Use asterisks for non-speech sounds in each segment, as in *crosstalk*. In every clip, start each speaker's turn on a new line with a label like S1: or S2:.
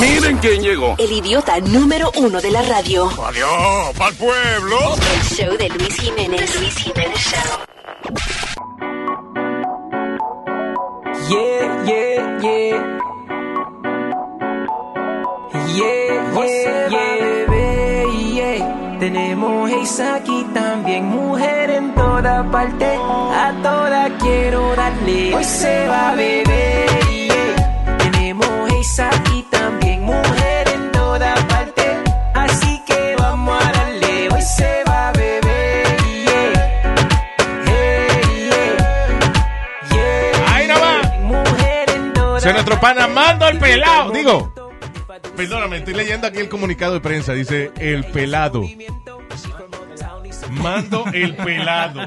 S1: Miren quién llegó.
S2: El idiota número uno de la radio.
S1: Adiós, pa'l pueblo.
S2: El show de Luis Jiménez. Luis Jiménez Show.
S3: Yeah, yeah, yeah. Yeah,
S4: Pues,
S3: yeah, yeah, baby, yeah. Tenemos Haze aquí también, mujer en toda parte. A toda quiero darle,
S4: Pues,
S3: hoy se va a beber. yeah. Tenemos Haze aquí también, mujer en toda parte. Así que vamos a darle, hoy se va a beber. yeah. Hey, yeah. Yeah,
S4: Ahí nomás.
S3: yeah. Mujer en toda
S4: Se nuestro pana mando al pelado. Digo, perdóname, estoy leyendo aquí el comunicado de prensa. Dice el pelado. Mando
S5: *laughs*
S4: el pelado.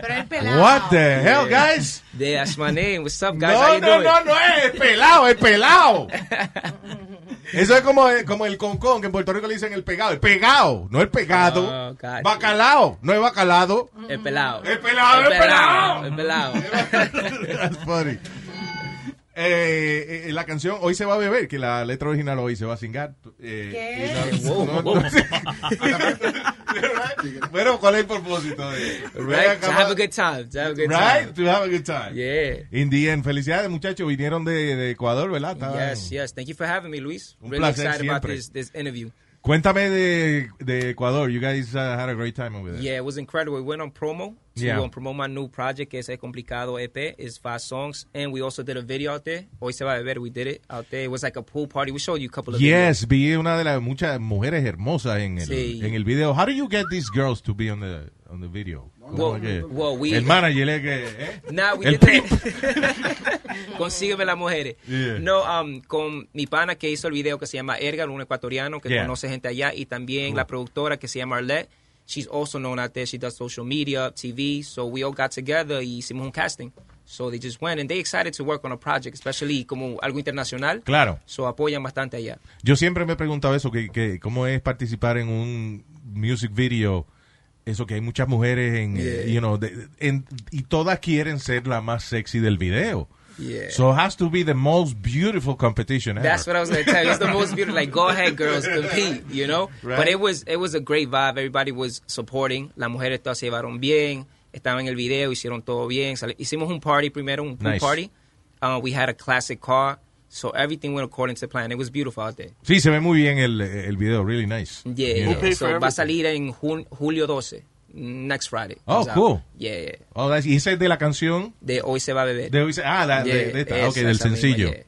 S5: Pero el pelado.
S4: What the hell, guys?
S6: Yeah, that's my name. What's up, guys? How
S4: No,
S6: you
S4: no,
S6: doing?
S4: no, no es el pelado, el pelado. Eso es como, eh, como el concón, que en Puerto Rico le dicen el pegado. El pegado, no el pegado.
S6: Oh, God.
S4: bacalao, no es bacalado.
S6: El pelado.
S4: El pelado, el pelado.
S6: El pelado.
S4: *laughs* That's funny. Eh, eh, la canción Hoy se va a beber, que la letra original Hoy se va a cingar. Eh,
S5: ¿Qué?
S4: y no- no- *laughs* no- bueno, ¿cuál es el propósito? De,
S6: Right? So have a good time. So have a good
S4: Right?
S6: time.
S4: To have a good time.
S6: Yeah.
S4: In the end, felicidades muchachos, vinieron de, de Ecuador, ¿verdad? Estaban-
S6: Yes, yes. Thank you for having me, Luis.
S4: Un
S6: really
S4: placer
S6: excited about
S4: siempre.
S6: this this interview.
S4: Cuéntame de, de Ecuador. You guys uh, had a great time over there.
S6: Yeah, it was incredible. We went on promo to
S4: Yeah.
S6: um, promote my new project, que es El Complicado EP. It's five songs, and we also did a video out there. Hoy se va a beber. We did it out there. It was like a pool party. We showed you a couple of videos.
S4: Yes, vi una de las muchas mujeres hermosas en el,
S6: Sí.
S4: en el video. How do you get these girls to be on the, on the video? ¿Cómo
S6: Well,
S4: que-
S6: well, we-
S4: el manager es que... ¿eh?
S6: Nah, we
S4: el
S6: did
S4: pip.
S6: *laughs* Consígueme las mujeres.
S4: Yeah.
S6: No, um, con mi pana que hizo el video que se llama Ergal, un ecuatoriano que
S4: Yeah.
S6: conoce gente allá, y también la productora que se llama Arlette. She's also known out there. She does social media, TV. So we all got together y hicimos un casting. So they just went and they excited to work on a project, especially como algo internacional.
S4: *laughs* Claro.
S6: So apoyan bastante allá.
S4: Yo siempre me he preguntado eso, que, que cómo es participar en un music video, eso que hay muchas mujeres en, eh, you know, de- en- y todas quieren ser la más sexy del video.
S6: Yeah.
S4: So it has to be the most beautiful competition ever.
S6: That's what I was gonna tell you. It's the most beautiful. Like, go ahead, girls, compete. You know.
S4: Right.
S6: But it was it was a great vibe. Everybody was supporting. Las mujeres todas se llevaron bien. Estaban en el video, hicieron todo bien. Sale- Hicimos un party primero, un pool
S4: Nice.
S6: party. Uh, we had a classic car, so everything went according to plan. It was beautiful out there.
S4: Sí, se ve muy bien el, el video, really nice.
S6: Yeah.
S4: You know.
S6: yeah. So va a salir en jun- julio 12, next Friday.
S4: Oh,
S6: Comes out.
S4: cool.
S6: Yeah, yeah.
S4: Oh, that's- y ese es de la canción
S6: De hoy se va a beber.
S4: de hoy. se- Ah, la- de,
S6: Eh, Yeah,
S4: de esta,
S6: esa,
S4: ok, del
S6: esa misma,
S4: sencillo.
S6: yeah.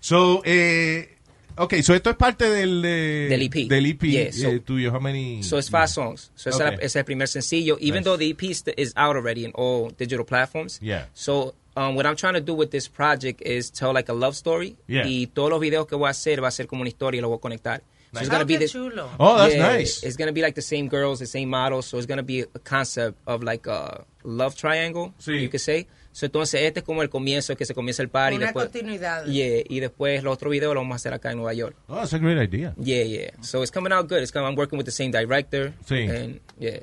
S4: So, eh, ok, so esto es parte del, eh,
S6: Del EP.
S4: Del EP
S6: Yeah, so-
S4: eh, tuyo. How many?
S6: So it's five songs. So it's,
S4: Okay.
S6: it's el primer sencillo. Even
S4: Nice.
S6: though the EP is- is out already in all digital platforms.
S4: Yeah.
S6: So um, what I'm trying to do with this project is tell like a love story.
S4: Yeah.
S6: Y todos los videos que voy a hacer va a ser como una historia y lo voy a conectar. So it's
S5: Ah,
S6: gonna be
S5: qué
S6: the,
S5: chulo.
S4: Oh, that's
S6: Yeah,
S4: nice.
S6: It's gonna be like the same girls, the same models. So it's gonna be a concept of like a love triangle.
S4: Sí.
S6: You could say. So entonces este es como el comienzo que se comienza el party. y
S5: Una
S6: después,
S5: continuidad.
S6: Yeah. Y después los otro video lo vamos a hacer acá en Nueva York.
S4: Oh, that's a great idea.
S6: Yeah, yeah. So it's coming out good. It's coming, I'm working with the same director.
S4: Sí.
S6: And yeah.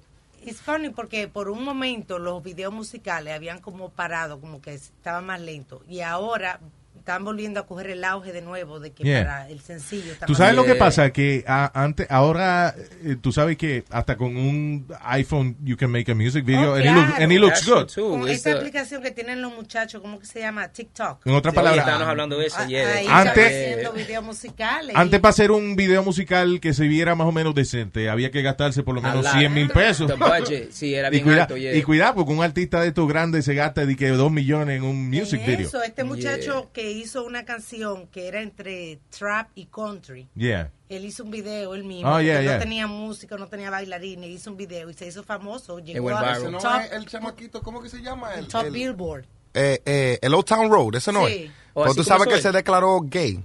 S5: It's funny porque por un momento los videos musicales habían como parado, como que estaba más lento. Y ahora están volviendo a coger el auge de nuevo de que
S4: Yeah.
S5: para el sencillo está
S4: Tú
S5: más
S4: sabes lo que
S6: Yeah.
S4: pasa que ah, antes, ahora, eh, tú sabes que hasta con un iPhone you can make a music video
S5: Oh,
S4: and, it looks,
S5: claro.
S4: and it looks
S6: That's
S4: good.
S6: true, too.
S5: Con
S6: It's
S5: esa
S6: the-
S5: aplicación que tienen los muchachos, ¿cómo que se llama? TikTok.
S4: En otras
S6: Sí, oye, estábamos
S4: palabras,
S6: hablando de eso
S5: Ah,
S6: ayer.
S5: ahí
S4: Antes-
S5: están haciendo videos musicales.
S4: antes
S5: y-
S4: para hacer un video musical que se viera más o menos decente, había que gastarse por lo menos
S6: Alá.
S4: 100 mil pesos.
S6: The budget, sí, era
S4: Y
S6: bien
S4: cuidado,
S6: alto. yeah.
S4: y cuidado, porque un artista de estos grandes se gasta de que dos millones en un music
S5: en
S4: video.
S5: Eso, este muchacho que hizo una canción que era entre trap y country.
S4: Yeah.
S5: Él hizo un video él mismo.
S4: Oh,
S5: porque
S4: yeah,
S5: no
S4: yeah.
S5: tenía músico, no tenía bailarines. Hizo un video y se hizo famoso. Llegó
S6: went
S5: a
S6: viral.
S7: Ese no
S5: top,
S7: es el chamaquito, ¿cómo que se llama? El,
S5: top
S7: el-
S5: Billboard.
S7: eh, eh, el Old Town Road, ese no
S5: Sí.
S7: es.
S6: Oh,
S7: Pero
S6: así
S7: tú sabes
S6: comenzó
S7: que
S6: él.
S7: se declaró gay.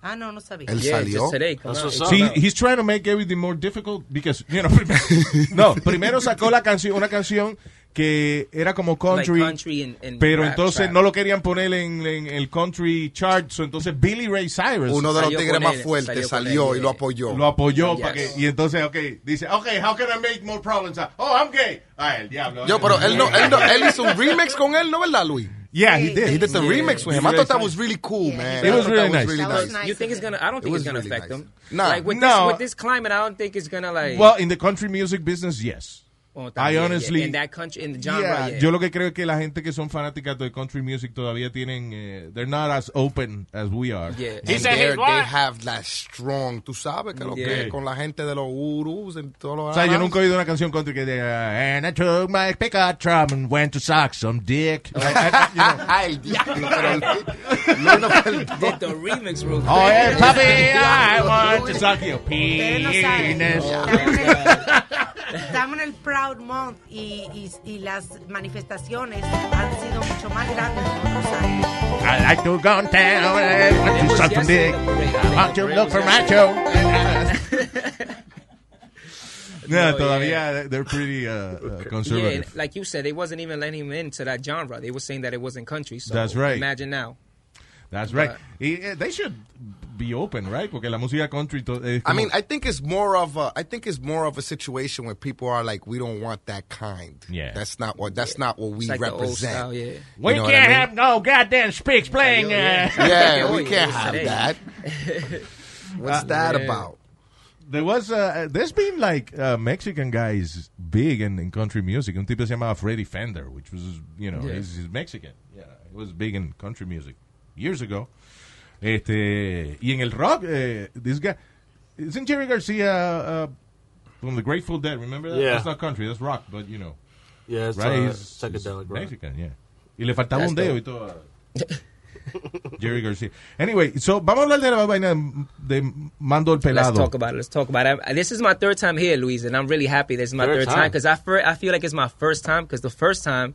S5: Ah, no, no sabía.
S7: Él
S6: Yeah,
S7: salió.
S6: just today, come out.
S4: Sí, he's trying to make everything more difficult because, you know, *laughs* primero, no, primero sacó la canción, una canción que era como country,
S6: Like country and- and
S4: pero
S6: rap,
S4: entonces
S6: trap.
S4: no lo querían poner en, en el country chart, so entonces Billy Ray Cyrus
S7: Uno de los
S6: Salió
S7: tigres
S6: con
S7: más
S6: él, salió con
S7: fuertes salió
S6: él,
S7: y lo
S6: yeah.
S7: apoyó.
S4: lo apoyó
S6: Yes.
S4: para que, y entonces, ok, dice, ok, how can I make more problems? Ah, Oh, I'm gay. Ah, el diablo.
S7: *laughs* Yo, pero él no, él no- él hizo un remix con él, ¿no verdad, Luis?
S4: Ya, Yeah, he
S7: He
S4: did.
S7: did the remix with him. I
S4: Yeah.
S7: thought that was really cool, man.
S4: It
S7: I
S4: was
S7: thought
S4: really
S7: that
S4: nice.
S5: That was nice.
S6: You think it's gonna? I don't think
S7: was
S6: it's gonna
S7: really
S6: affect
S7: nice.
S6: them.
S7: Nah.
S6: like with
S4: No.
S6: this with this climate, I don't think it's gonna like.
S4: Well, in the country music business, yes.
S6: oh,
S4: I
S6: yeah, yeah.
S4: honestly-
S6: in that country in the genre.
S4: Yeah,
S6: yeah.
S4: Yo lo que creo es que la gente que son fanáticas de country music todavía tienen, eh, they're not as open as we are.
S6: Yeah.
S7: And
S8: said his
S7: they're- they
S8: wife.
S7: have that strong, tú sabes, que lo que
S6: Yeah.
S7: con la gente de los urus y todo lo
S4: O sea, yo nunca he oído una canción country que diga And I took my pickup drum and went to suck some dick. Like, I- I- you know,
S7: *laughs* Ay, el diablo, pero el- no, no, el-
S6: Did the remix real
S4: *laughs*
S6: quick.
S4: oh, yeah, puppy, I want to suck your
S5: Ustedes no saben. Oh.
S4: penis.
S5: Estamos en el-
S7: *laughs*
S5: Estamos en el Proud Month y, y- y las manifestaciones han sido mucho más grandes que otros años.
S4: I like to go down and I want to suck some dick. I want to look for macho. No,
S6: No,
S4: todavía they're pretty uh, uh,
S6: *laughs* Yeah,
S4: conservative.
S6: and like you said, they wasn't even letting him into that genre. They were saying that it wasn't country. So
S4: That's right.
S6: Imagine now.
S4: That's right. Y, eh, they should be open, right? Porque la música country to- eh, es
S7: I
S4: como-
S7: mean, I think it's more of a, I think it's more of a situation where people are like, we don't want that kind.
S4: Yeah.
S7: that's not what that's not what we
S6: It's like the old
S7: represent.
S6: style, yeah.
S4: we
S7: know
S4: can't
S7: what I mean?
S4: have no goddamn speaks playing. uh,
S6: yeah.
S7: Yeah,
S6: *laughs* Oh,
S7: we
S6: yeah,
S7: can't
S6: it's Ah,
S7: have
S6: today.
S7: that.
S6: *laughs*
S7: What's that about?
S4: There was uh, there's been like uh, Mexican guys big in, in country music. Un tipo se llamaba Freddy Fender, which was you know
S6: Yeah.
S4: he's, he's Mexican. Yeah, he was big in country music years ago. Este y en el rock eh, this guy isn't Jerry Garcia uh, from the Grateful Dead? Remember that?
S8: Yeah.
S4: That's not country, that's rock, but you know,
S8: Yeah, it's
S4: right?
S8: uh,
S4: He's-
S8: psychedelic
S4: he's
S8: rock.
S4: Mexican, yeah. Y le faltaba
S6: That's
S4: un dedo y todo. a- Jerry Garcia. Anyway, so vamos a hablar de la vaina de Mando el
S6: Let's
S4: Pelado.
S6: talk about it. Let's talk about it. I- This is my third time here, Luis, and I'm really happy this is my
S8: Third
S6: third, time
S8: time.
S6: because I, fir- I feel like it's my first time because the first time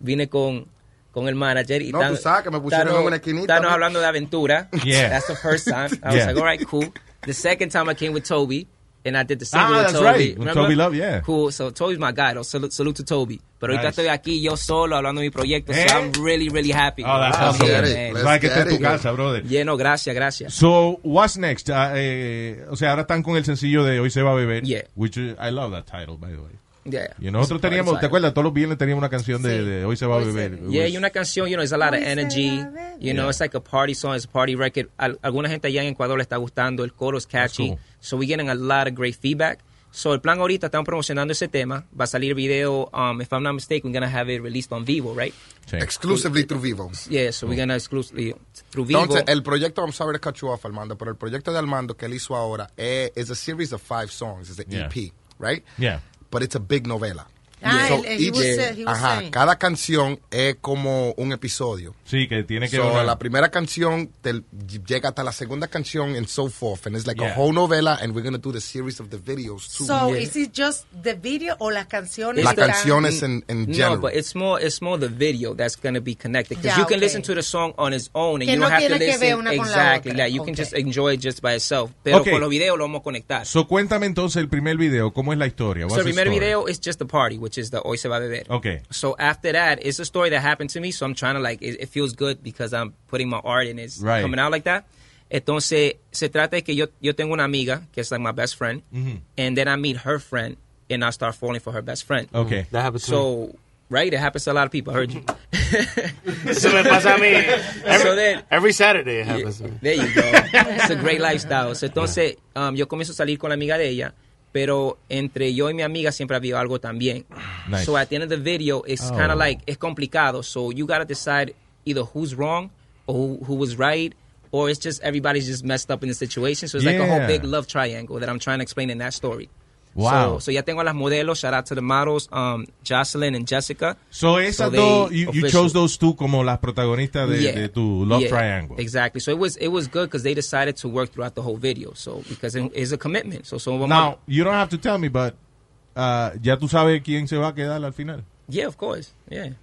S6: vine con, con el manager y
S7: No, tú sabes que me pusieron en una esquinita,
S6: estábamos
S7: ¿no?
S6: hablando de aventura.
S4: Yeah.
S6: That's the first time. I was
S4: Yeah.
S6: like, all right, cool. The second time I came with Toby. And I did the single
S4: Ah,
S6: with
S4: that's
S6: Toby.
S4: right. With
S6: Remember?
S4: Toby Love, yeah.
S6: Cool. So Toby's my guy. though. Salute, salute to Toby. Pero
S4: Nice.
S6: ahorita estoy aquí yo solo hablando de mi proyecto.
S4: Eh?
S6: So I'm really, really happy.
S4: Oh, that's
S7: Wow,
S4: awesome.
S7: get
S6: Yeah,
S7: it.
S6: man.
S7: Let's
S4: Sabes que está
S7: get
S4: en tu
S7: it.
S4: casa, brother.
S6: Yeah, no, gracias, gracias.
S4: So, what's next? Ah, eh, o sea, ahora están con el sencillo de Hoy se va a beber.
S6: Yeah.
S4: Which uh, I love that title, by the way.
S6: Yeah.
S4: Y nosotros teníamos, ¿te acuerdas? Todos los viernes teníamos una canción de,
S5: Sí.
S4: de Hoy se va a
S5: Hoy se-
S4: beber. It
S6: Yeah,
S4: was-
S6: y una canción, you know, it's a lot of
S5: Hoy se
S6: energy.
S5: va a ver.
S6: You know,
S4: Yeah.
S6: it's like a party song, it's a party record. Al- alguna gente allá en Ecuador le está gustando, el coro es catchy.
S4: cool.
S6: So we're getting a lot of great feedback. So el plan ahorita, estamos promocionando ese tema. Va a salir video, um, if I'm not mistaken, we're going to have it released on Vivo, right?
S4: Sí.
S7: Exclusively through Vivo.
S6: Yeah, so
S4: Mm.
S6: we're going to exclusively through Vivo.
S7: Entonces, el proyecto, I'm sorry to cut you off, Armando, pero el proyecto de Armando que él hizo ahora eh, is a series of five songs. It's an
S4: Yeah.
S7: EP, right?
S4: Yeah.
S7: But it's a big novela.
S5: Ah, él-
S7: So
S5: he
S7: each-
S5: was, uh, he was
S7: ajá,
S5: saying.
S7: cada canción es como un episodio.
S4: Sí, que tiene que
S7: So,
S4: ver-
S7: la primera canción te llega hasta la segunda canción and so forth. And it's like a
S4: Yeah.
S7: whole novela and we're going to do the series of the videos too.
S5: So,
S6: Yeah.
S5: is it just the video o las canciones?
S7: Las
S5: que están-
S7: canciones en, en general.
S6: Mm, No, but it's more it's more the video that's gonna be connected because
S5: Yeah,
S6: you can
S5: okay.
S6: listen to the song on its own and
S5: Que
S6: you
S5: no
S6: don't have to
S5: tiene que ver
S6: listen
S5: una con la
S6: exactly.
S5: otra.
S6: Like you can
S5: Okay.
S6: just enjoy it just by itself. Pero
S4: Okay.
S6: con los videos lo vamos a conectar.
S4: So, cuéntame entonces el primer video. ¿Cómo es la historia?
S6: So
S4: What's
S6: the
S4: the
S6: primer
S4: story?
S6: video is just the party, which is the hoy se va a beber.
S4: Okay.
S6: So after that, it's a story that happened to me. So I'm trying to like, it, it feels good because I'm putting my art and it's
S4: Right.
S6: coming out like that. Entonces se trata de que yo yo tengo una amiga que es like my best friend,
S4: Mm-hmm.
S6: and then I meet her friend and I start falling for her best friend.
S4: Okay.
S8: That happens.
S6: So right, it happens to a lot of people. I heard you.
S8: *laughs* Eso me pasa a mí. Every,
S6: So then-
S8: every Saturday it happens to me.
S6: pues, There you go. It's a great lifestyle. So, entonces, um, yo comienzo a salir con la amiga de ella, pero entre yo y mi amiga siempre había algo también.
S4: Nice.
S6: So, at the end of the video, it's kind
S4: Oh.
S6: of like, es complicado. So, you gotta decide either who's wrong or who, who was right, or it's just everybody's just messed up in the situation. So, it's like a
S4: Yeah.
S6: whole big love triangle that I'm trying to explain in that story.
S4: Wow.
S6: So, so ya tengo a las modelos. Shout out to the models, um, Jocelyn and Jessica.
S4: So, esas
S6: they
S4: dos, you, you
S6: official.
S4: chose those two como las protagonistas de,
S6: Yeah.
S4: de tu Love
S6: Yeah,
S4: Triangle.
S6: Exactly. So it was it was good because they decided to work throughout the whole video. So because it is a commitment. So so
S4: Now, you don't have to tell me, but uh, ya tú sabes quién se va a quedar al final.
S6: yeah, of course,
S4: *laughs*
S6: yeah.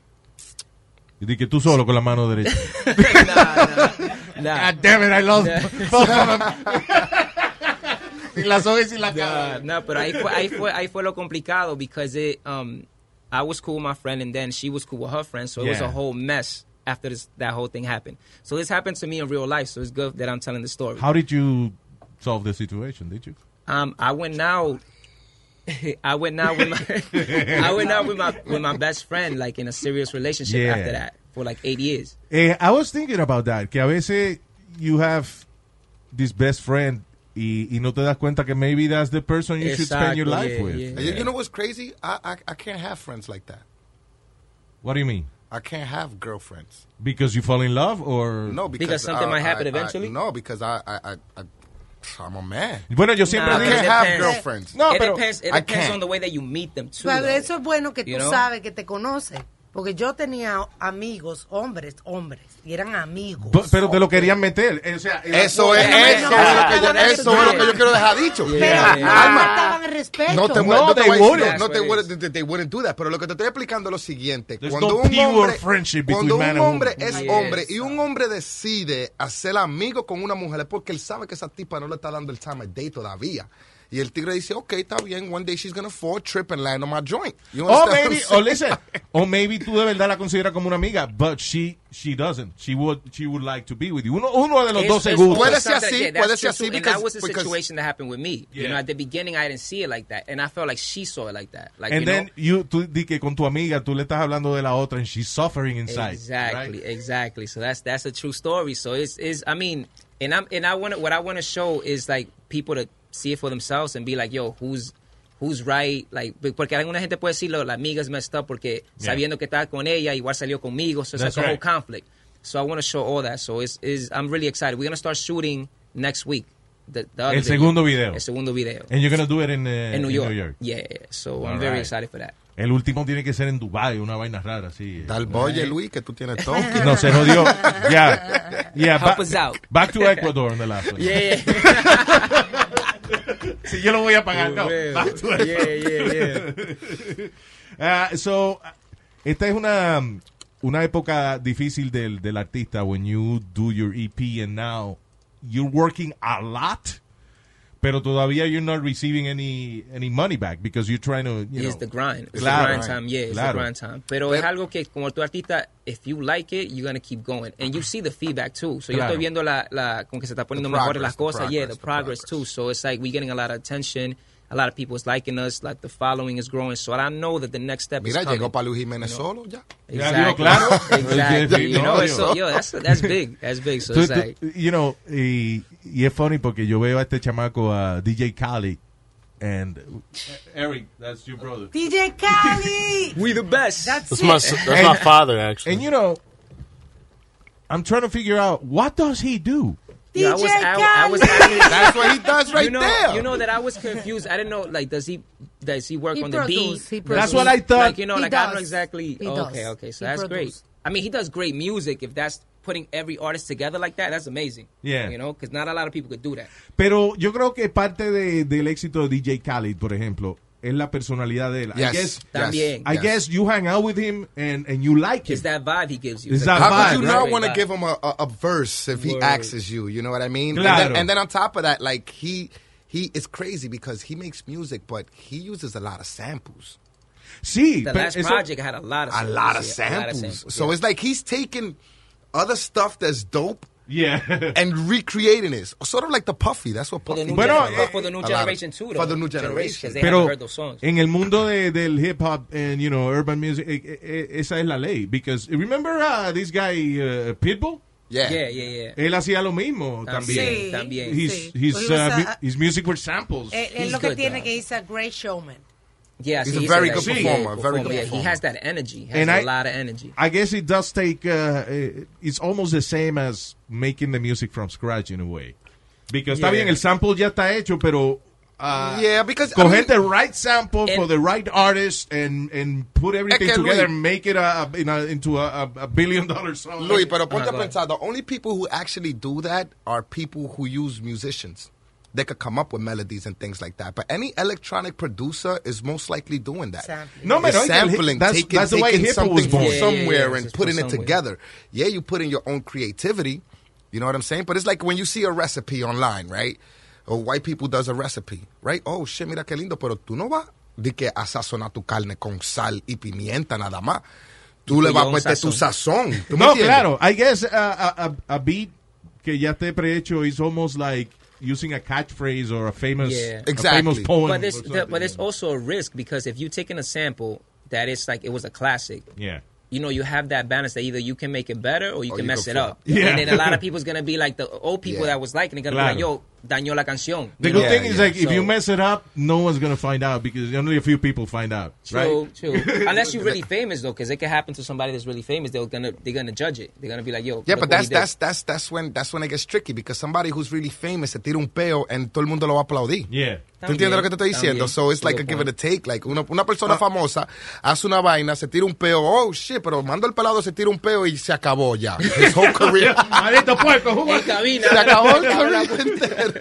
S6: *laughs*
S4: Y di que tú solo con la mano derecha.
S6: Nah,
S4: God damn it, I lost both of them. *laughs* Sin las hojas y la
S6: nah,
S4: cara.
S6: nah. But ahí fue ahí fue ahí fue lo complicado because it um I was cool with my friend and then she was cool with her friend. So it was
S4: Yeah.
S6: a whole mess after this that whole thing happened. So this happened to me in real life. So it's good that I'm telling the story.
S4: How did you solve the situation? Did you?
S6: Um, I went out. *laughs* I *laughs* went out with my I went out with my with my best friend like in a serious relationship
S4: Yeah.
S6: after that. for like eight years.
S4: Eh, I was thinking about that, que a veces you have this best friend y, y no te das cuenta que maybe that's the person you should spend your
S6: Exacto,
S4: life
S6: yeah,
S4: with.
S6: yeah.
S7: And you- You know what's crazy? I, I I can't have friends like that.
S4: What do you mean?
S7: I can't have girlfriends.
S4: Because you fall in love or...
S7: No, because,
S6: Because something
S7: I-
S6: might happen
S7: I- I-
S6: eventually?
S7: no, because I I I, I I'm a man.
S4: Bueno, yo siempre
S6: Nah,
S7: I
S6: pero
S7: can't
S4: dije...
S6: Um, it
S7: have
S6: depends.
S7: girlfriends.
S4: No,
S6: it
S4: pero...
S6: depends, it
S7: I
S6: depends
S7: can't.
S6: on the way that you meet them too.
S5: Pero
S6: though.
S5: eso es bueno que tú
S6: You know?
S5: sabes que te conoces. Porque yo tenía amigos, hombres, hombres, y eran amigos. *laughs*
S7: Pues,
S4: bu- Pero te lo querían meter. eh, O sea,
S7: Eso es,
S5: No, no, no, no,
S7: eso, es lo que
S5: no,
S7: yo,
S5: no,
S7: eso
S5: no,
S7: es lo
S5: no.
S7: que yo quiero dejar dicho.
S5: Pero
S6: Yeah, yeah.
S5: no me
S7: Alma,
S5: faltaban el respeto.
S7: eh, ah. No te,
S4: No,
S7: voy- no te
S4: they
S7: voy a decir-
S4: wouldn't.
S7: no te
S6: That's what it
S7: voy- they- they wouldn't do that. Pero lo que te estoy explicando es lo siguiente.
S4: There's
S7: cuando
S4: no
S7: un
S4: pure
S7: hombre,
S4: friendship between
S7: cuando
S4: man
S7: un
S4: and
S7: hombre
S4: woman.
S7: es
S6: Yes.
S7: hombre y un hombre decide hacer amigo con una mujer es porque él sabe que esa tipa no le está dando el time of day todavía. Y el tigre dice, ok, está bien, one day she's gonna fall, trip and land on my joint. You
S4: O
S7: understand what
S4: maybe,
S7: I'm
S4: o Oh,
S7: saying?
S4: listen, o maybe tú de verdad la consideras como una amiga, but she, she doesn't. She would, she would like to be with you. Uno, uno de los dos
S6: It's-
S4: seguro.
S6: it's
S7: Puede ser
S6: something-
S7: así,
S6: yeah, that's
S7: puede ser
S6: true,
S7: así,
S6: too. And
S7: because-
S6: that was the
S7: because-
S6: situation that happened with me. You
S4: Yeah.
S6: know, at the beginning, I didn't see it like that, and I felt like she saw it like that. Like,
S4: And
S6: you
S4: then
S6: know,
S4: you, tú di que con tu amiga tú le estás hablando de la otra and she's suffering inside.
S6: Exactly,
S4: right?
S6: exactly. So that's that's a true story. So it's is I mean, and I'm and I want what I want to show is like people to see it for themselves and be like, yo, who's who's right? Like be- porque alguna gente puede decirlo, la amiga's messed up porque
S4: Yeah.
S6: sabiendo que estaba con ella igual salió conmigo. So it's
S4: That's
S6: like a whole
S4: right.
S6: conflict. So I want to show all that. So it's is I'm really excited. We're gonna start shooting next week. The, the other
S4: El segundo video.
S6: El segundo video.
S4: And you're gonna do it in, eh,
S6: in New
S4: in
S6: York. Yeah. So I'm
S4: All
S6: very
S4: right.
S6: excited for that.
S4: El último tiene que ser en Dubai, una vaina rara, sí.
S7: Tal boye, Luis, que tú tienes todo.
S4: No, se jodió. Yeah. Yeah,
S6: Help
S4: ba-
S6: us out.
S4: Back to Ecuador on the last one.
S6: Yeah.
S4: Si yo lo voy a pagar, no.
S6: *laughs*
S4: *laughs*
S6: Well,
S4: Back to Ecuador.
S6: yeah, yeah, yeah.
S4: Ah, so, esta es una, una época difícil del, del artista. When you do your EP and now you're working a lot, pero todavía you're not receiving any, any money back because you're trying to, you
S6: It's
S4: know.
S6: the grind. It's
S4: Claro.
S6: the grind time. Yeah, it's
S4: Claro.
S6: the grind time. Pero es algo que como tu artista, if you like it, you're gonna keep going. And you see the feedback too. So
S4: Claro.
S6: yo estoy viendo la, la como que se está poniendo
S7: The
S6: mejor las
S7: progress, the
S6: cosas. Yeah,
S7: progress,
S6: the
S7: the
S6: progress,
S7: progress.
S6: too. So it's like we're getting a lot of attention. A lot of people is liking us. Like the following is growing. So I know that the next step
S7: Mira,
S6: is coming.
S7: llegó para Luis Jiménez solo ya.
S4: Ya
S6: Exactly.
S4: digo, claro.
S6: exactly.
S4: No,
S6: you know,
S4: digo.
S6: so, yo, that's that's big. That's big. So
S4: Tú-
S6: it's
S4: tú-
S6: like
S4: you know, y, y es funny porque yo veo a este chamaco, a DJ Khaled, and E-, Eric, that's your brother.
S5: DJ Cali.
S6: we the best.
S5: That's
S8: That's
S5: it.
S8: my s- that's my father actually.
S4: And you know, I'm trying to figure out what does he do.
S6: Yo, I was
S5: DJ
S6: out. I was
S5: Khaled.
S6: out.
S7: That's what he does right
S6: you know,
S7: there.
S6: You know that I was confused. I didn't know like does he does he work
S5: He
S6: on the
S5: produce,
S6: beat?
S5: he
S6: Does
S5: produce.
S4: That's what I thought.
S6: Like you know,
S5: He
S6: like I don't know
S5: does.
S6: exactly.
S5: He
S6: okay,
S5: does.
S6: okay, so
S5: He
S6: that's
S5: produce.
S6: great. I mean, he does great music. If that's putting every artist together like that, that's amazing.
S4: Yeah.
S6: you know, because not a lot of people could do that.
S4: Pero yo creo que parte de- del éxito de DJ Khaled, por ejemplo, es la personalidad de él. I
S7: Yes,
S4: guess,
S6: También.
S4: I
S7: yes.
S4: guess you hang out with him and, and you like him.
S6: It's that vibe he gives you.
S4: It's
S6: Like,
S4: that
S7: How
S4: vibe,
S7: could you
S4: right?
S7: not want to
S6: Vibe.
S7: give him a, a, a verse if he
S6: Word.
S7: axes you? You know what I mean?
S4: Claro.
S7: And, then, and then on top of that, like he he is crazy because he makes music, but he uses a lot of samples,
S4: sí,
S6: The
S4: pero
S6: last
S4: eso-
S6: project had a lot of
S7: a
S6: samples, yeah,
S7: lot of
S6: a lot of
S7: samples.
S6: samples,
S7: so
S6: yeah.
S7: it's like he's taking other stuff that's dope
S6: *laughs*
S4: *laughs* Yeah.
S7: and recreating it, sort of like the Puffy. That's what
S6: for
S7: Puffy.
S6: the new,
S7: did
S4: Bueno,
S7: a
S6: gener-
S7: lot.
S6: for the new
S7: A lot of-
S6: generation too. Though,
S7: For the new
S6: because
S7: generation.
S6: they haven't
S4: Pero
S6: heard those songs.
S4: en el mundo de- del hip hop and you know urban music, eh, eh, eh, esa es la ley. Because remember uh, this guy uh, Pitbull,
S7: Yeah.
S6: yeah, yeah, yeah.
S4: él hacía lo mismo también.
S6: También.
S5: Sí,
S6: también.
S4: His,
S5: sí.
S4: his,
S5: He was
S4: uh,
S5: a-
S4: mu- his music were samples.
S5: Pues, Eh, Es
S6: He's
S5: lo que
S6: good,
S5: tiene
S6: though.
S5: que he's a great showman.
S6: Yeah,
S7: He's
S6: so
S7: a
S6: he
S7: very
S6: said,
S7: good
S6: like,
S7: performer, a very good
S6: Yeah, he
S7: performer.
S6: has that energy. Has
S4: And
S6: a
S4: I-
S6: lot of energy.
S4: I guess it does take. Uh, eh, it's almost the same as making the music from scratch in a way, because está
S6: Yeah.
S4: bien el sample ya está hecho, pero uh,
S7: Yeah, because I
S4: coger
S7: mean-
S4: the right sample for
S6: And-
S4: the right artist and and put everything
S7: que,
S4: together,
S7: Luis-
S4: and make it a, a- you know, into a, a, a billion dollar song.
S7: Luis, pero ponte
S6: Ajá,
S7: a
S6: go ahead.
S7: pensar, the only people who actually do that are people who use musicians. They could come up with melodies and things like that. But any electronic producer is most likely doing that.
S5: Sampling.
S4: No, man,
S7: It's
S4: I can-
S7: sampling,
S4: that's-
S7: taking,
S4: that's the way
S7: taking
S4: hip hop
S7: something
S4: was born.
S7: from
S6: Yeah, yeah, yeah,
S7: somewhere
S6: it's
S7: and
S6: just
S7: putting
S6: from
S7: it
S6: somewhere.
S7: together. Yeah, you put in your own creativity. You know what I'm saying? But it's like when you see a recipe online, right? Or white people does a recipe, right? Oh, shit, mira qué lindo, pero tú no vas de que a sazonar tu carne con sal y pimienta nada más. Tú le
S6: tu
S7: vas a
S6: own
S7: meter tu sazón. ¿Tú me
S4: No,
S7: entiendes?
S4: claro. I guess uh, a, a, a beat que ya esté prehecho is almost like using a catchphrase or a famous,
S6: Yeah.
S4: a
S7: Exactly.
S4: famous poem.
S6: But there's
S4: or
S6: the, but
S4: something.
S6: there's also a risk because if you're taking a sample that it's like it was a classic,
S4: yeah.
S6: you know, you have that balance that either you can make it better or you
S7: Or
S6: can
S7: you
S6: mess
S7: can
S6: it
S7: fuck
S6: up.
S7: up.
S4: Yeah.
S6: And then a
S7: *laughs*
S6: lot of people's gonna be like the old people
S7: Yeah.
S6: that was liking it, gonna be
S4: Claro.
S6: like, yo, dañó la canción.
S4: The
S6: You
S4: good
S6: know?
S4: thing is
S7: yeah.
S4: like if you
S6: So-
S4: mess it up, no one's gonna find out because only a few people find out,
S6: True,
S4: right? *laughs*
S6: true. Unless you're really famous though, because it could happen to somebody that's really famous. They're gonna they're gonna judge it. They're gonna be like, yo.
S7: Yeah,
S6: look what
S7: but
S6: he
S7: that's
S6: did.
S7: that's that's that's when that's when it gets tricky because somebody who's really famous se tira un peo and todo el mundo lo va a aplaudir.
S4: Yeah.
S7: ¿Tú entiendes
S6: También,
S7: lo que te estoy diciendo?
S6: también.
S7: So it's
S6: Good
S7: like a give
S6: point.
S7: and a take. Like una, una persona famosa hace una vaina, se tira un peo, oh shit, pero manda el pelado, se tira un peo y se acabó ya. His whole career.
S4: Maldito puerco, who
S6: En
S4: was-
S6: cabina.
S7: *laughs* se acabó el career entero.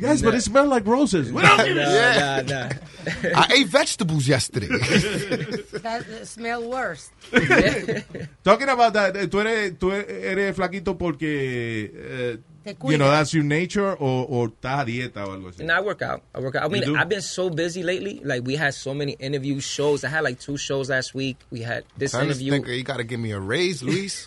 S4: Guys, but it smells like roses. What else?
S6: *laughs* Nah,
S7: Yeah.
S6: nah, nah.
S7: I ate vegetables yesterday.
S5: That uh, smell worse.
S4: Talking about that, eh, tú eres, tú eres flaquito porque, eh,
S5: Te
S4: you know,
S5: cuidas.
S4: that's your nature o, o estás a dieta o algo así.
S6: And I work out. I work out. I
S4: do?
S6: mean, I've been so busy lately. Like we had so many interview shows. I had like two shows last week. We had this
S7: I just
S6: interview
S7: think you gotta give me a raise, Luis.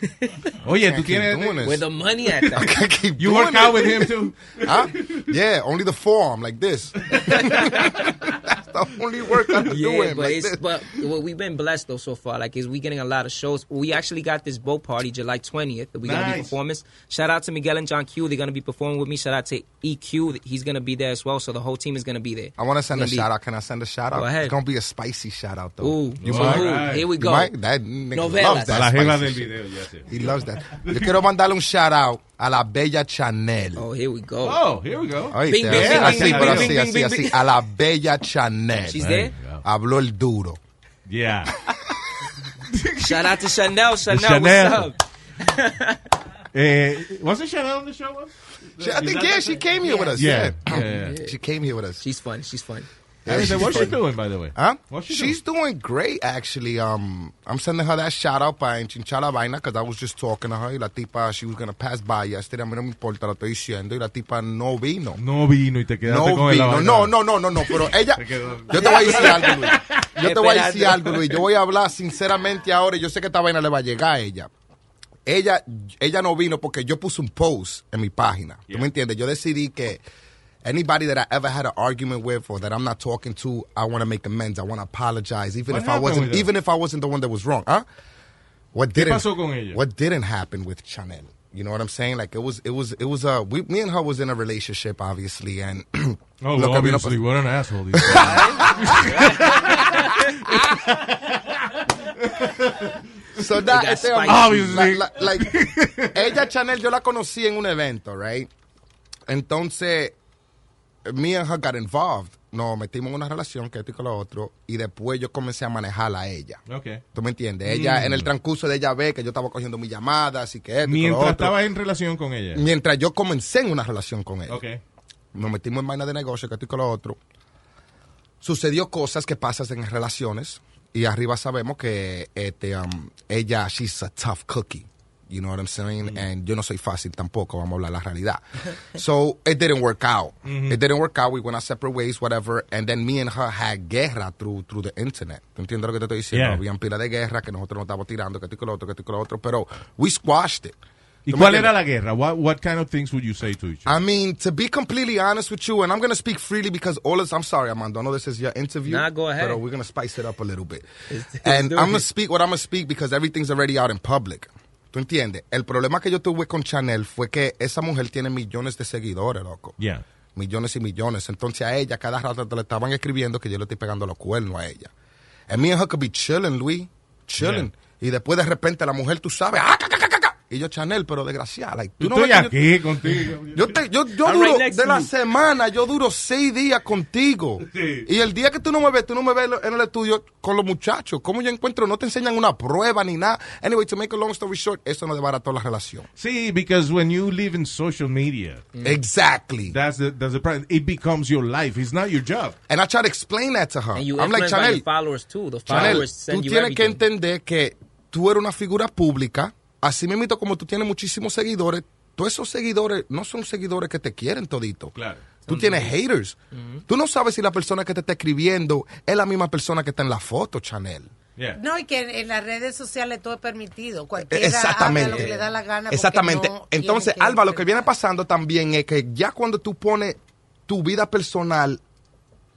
S4: Oye,
S7: I
S4: tú
S7: keep doing
S4: tienes...
S7: this.
S6: with the money at that.
S7: I *laughs* keep
S4: You
S7: doing
S4: work out
S7: it.
S4: with him *laughs* too?
S7: Huh? Yeah, only the forearm like this. *laughs* That's the only work I'm
S6: Yeah,
S7: doing.
S6: but
S7: like
S6: it's
S7: this.
S6: but well, we've been blessed though so far. Like, is we getting a lot of shows. We actually got this boat party July twentieth. We're gonna be
S4: Nice.
S6: performing. Shout out to Miguel and John Q. They're gonna be performing with me. Shout out to EQ. He's gonna be there as well. So the whole team is gonna be there.
S7: I want to send a
S6: Gonna be-
S7: shout out. Can I send a shout out?
S6: Go ahead.
S7: It's gonna be a spicy shout out though.
S6: Ooh,
S4: You
S6: so
S4: might.
S6: who?
S4: Alright.
S6: Here we
S7: You
S6: go.
S7: might- that nigga
S6: Novelas.
S7: loves
S4: A
S7: that.
S4: la jeva
S7: spicy
S4: del
S7: shit.
S4: video, ya sé.
S7: He loves that. Yo quiero mandarle un shout out a la bella Chanel.
S6: Oh, here we go.
S4: Oh, here we go.
S7: Oíste,
S6: Bing, bing,
S7: eh,
S6: bing,
S7: así,
S6: bing,
S7: pero
S6: bing,
S7: así,
S6: bing,
S7: así,
S6: bing,
S7: así,
S6: bing.
S7: a la bella Chanel.
S6: She's
S4: There
S7: *laughs*
S6: there.
S4: you go.
S7: Habló el duro.
S4: Yeah.
S6: Shout out to Chanel. Chanel,
S4: Chanel.
S6: what's up?
S4: *laughs* Eh, wasn't Chanel on the show? once?
S7: She, I think yeah, she came here with us.
S4: Yeah.
S7: Yeah.
S4: yeah. yeah.
S7: she came here with us.
S6: She's fun. She's fun.
S7: Yeah,
S4: Hey,
S7: she's
S4: what's she
S7: funny.
S4: doing, by the way?
S7: Huh?
S4: What's she
S7: She's doing? great, actually. Um, I'm sending her that shout out by Chinchala Vaina because I was just talking to her. Y la tipa, she was going to pass by yesterday. A mí no me importa, la estoy diciendo. Y la tipa no vino.
S4: doing? No vino y te quedaste
S7: No
S4: con el
S7: vino.
S4: lavado.
S7: No, no, no, no, no. Pero ella.
S4: quedó-
S7: Yo te voy a decir algo,
S4: *laughs*
S7: Luis. Yo te voy a decir
S6: Esperando.
S7: algo, Luis. Yo voy a hablar sinceramente ahora. y Yo sé que esta vaina le va a llegar a ella. Ella, ella no vino porque yo puse un post en mi página. ¿Tú me entiendes? Yo decidí que. Anybody that I ever had an argument with or that I'm not talking to, I want to make amends. I want to apologize, even
S4: What
S7: if I
S4: happened with
S7: wasn't,
S4: her?
S7: even if I wasn't the one that was wrong, ¿ah? huh? What didn't
S4: pasó con ella?
S7: What didn't happen with Chanel? You know what I'm saying? Like it was, it was, it was. Uh, we, me and her was in a relationship, obviously, and *clears throat*
S4: Oh,
S7: Look,
S4: well,
S7: I mean,
S4: obviously, what an asshole. *laughs* these guys.
S7: So that,
S6: got
S7: este,
S6: spicy.
S4: Obviously.
S7: la- la- like, *laughs* ella Chanel, yo la conocí en un evento, right? Entonces, me and her got involved. Nos metimos en una relación que esto y que lo otro. Y después yo comencé a manejarla a ella.
S4: Okay.
S7: ¿Tú me entiendes? Ella, en el transcurso de ella ve que yo estaba cogiendo mis llamadas y que esto y que
S4: Mm.
S7: lo
S4: Mientras
S7: otro.
S4: estabas en relación con ella.
S7: Mientras yo comencé en una relación con ella.
S4: Ok.
S7: Nos metimos en vaina de negocio, que esto y que lo otro. Sucedió cosas que pasan en relaciones. Y arriba sabemos que este, um, ella, she's a tough cookie. You know what I'm saying? And yo no soy fácil tampoco, vamos a hablar la realidad. *laughs* so it didn't work out. It didn't work out. We went our separate ways, whatever. And then me and her had guerra through, through the internet. ¿Tú entiendes lo que te estoy diciendo?
S4: Yeah.
S7: Habían pila de guerra que nosotros nos estábamos tirando, que esto y que lo otro, que esto y que lo otro. Pero we squashed it.
S4: ¿Y
S7: ¿Tú me
S4: cuál
S7: entiendes?
S4: era la guerra? What, what kind of things would you say to each other?
S7: I mean, to be completely honest with you, and I'm gonna speak freely because all is. I'm sorry, Armando. I know this is your interview.
S6: Nah, go ahead.
S7: But uh, we're gonna spice it up a little bit.
S6: *laughs* let's
S7: and
S6: do
S7: I'm gonna
S6: it.
S7: speak what I'm gonna speak because everything's already out in public. ¿Tú entiendes? El problema que yo tuve con Chanel fue que esa mujer tiene millones de seguidores, loco.
S4: Yeah.
S7: Millones y millones. Entonces a ella cada rato le estaban escribiendo que yo le estoy pegando los cuernos a ella. And me and her could be chilling, Luis. Chilling. Y después de repente la mujer, tú sabes, ah, ca, ca, ca, ca, ca. Y yo, Chanel, pero desgraciada. like,
S4: Yo
S7: tú no
S4: estoy
S7: ves que yo-
S4: aquí contigo.
S7: yo, te, yo, yo
S6: I'm
S7: duro,
S6: right next
S7: de
S6: to
S7: la
S6: you.
S7: semana, yo duro seis días contigo.
S4: Sí.
S7: Y el día que tú no me ves, tú no me ves en el estudio con los muchachos. ¿Cómo yo encuentro? No te enseñan una prueba ni nada. Anyway, to make a long story short, eso no desbarató la relación.
S4: *laughs* Sí, because when you live in social media,
S6: Mm.
S7: Exactly.
S4: that's the, that's the problem. It becomes your life. It's not your job.
S7: And I tried to explain that to her.
S6: And you
S7: I'm like,
S6: influenced by
S7: Chanel,
S6: your followers too. The
S7: Chanel,
S6: followers
S7: tú
S6: send you
S7: tienes que
S6: everything.
S7: entender que tú eres una figura pública. Así mismo como tú tienes muchísimos seguidores, todos esos seguidores no son seguidores que te quieren todito.
S4: Claro.
S7: Tú tienes haters. Tú no sabes si la persona que te está escribiendo es la misma persona que está en la foto, Chanel.
S4: Yeah.
S5: No, y que en las redes sociales todo es permitido. Cualquiera habla lo que
S7: Exactamente.
S5: le da la gana. porque
S7: Exactamente.
S5: no tiene
S7: Entonces,
S5: que
S7: Alba, lo que
S5: ser-
S7: viene pasando también es que ya cuando tú pones tu vida personal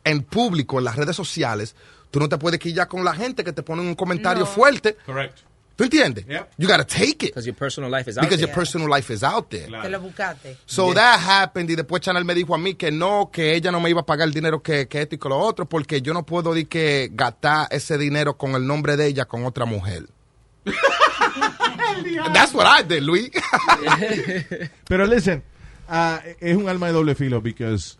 S7: en público, en las redes sociales, Tú no te puedes quillar con la gente que te ponen un comentario
S5: No.
S7: fuerte.
S4: Correct.
S7: ¿Tú entiendes?
S4: Yep.
S7: You gotta take it
S6: because your personal life is out
S7: because
S6: there.
S7: your personal life is out there.
S5: Te lo buscaste.
S7: So that happened y después Chanel me dijo a mí que no, que ella no me iba a pagar el dinero que, que esto y que lo otro porque yo no puedo di que gastar ese dinero con el nombre de ella con
S4: *laughs*
S7: otra mujer. That's what I did, Luis.
S4: Pero listen, ah, es un alma de doble filo because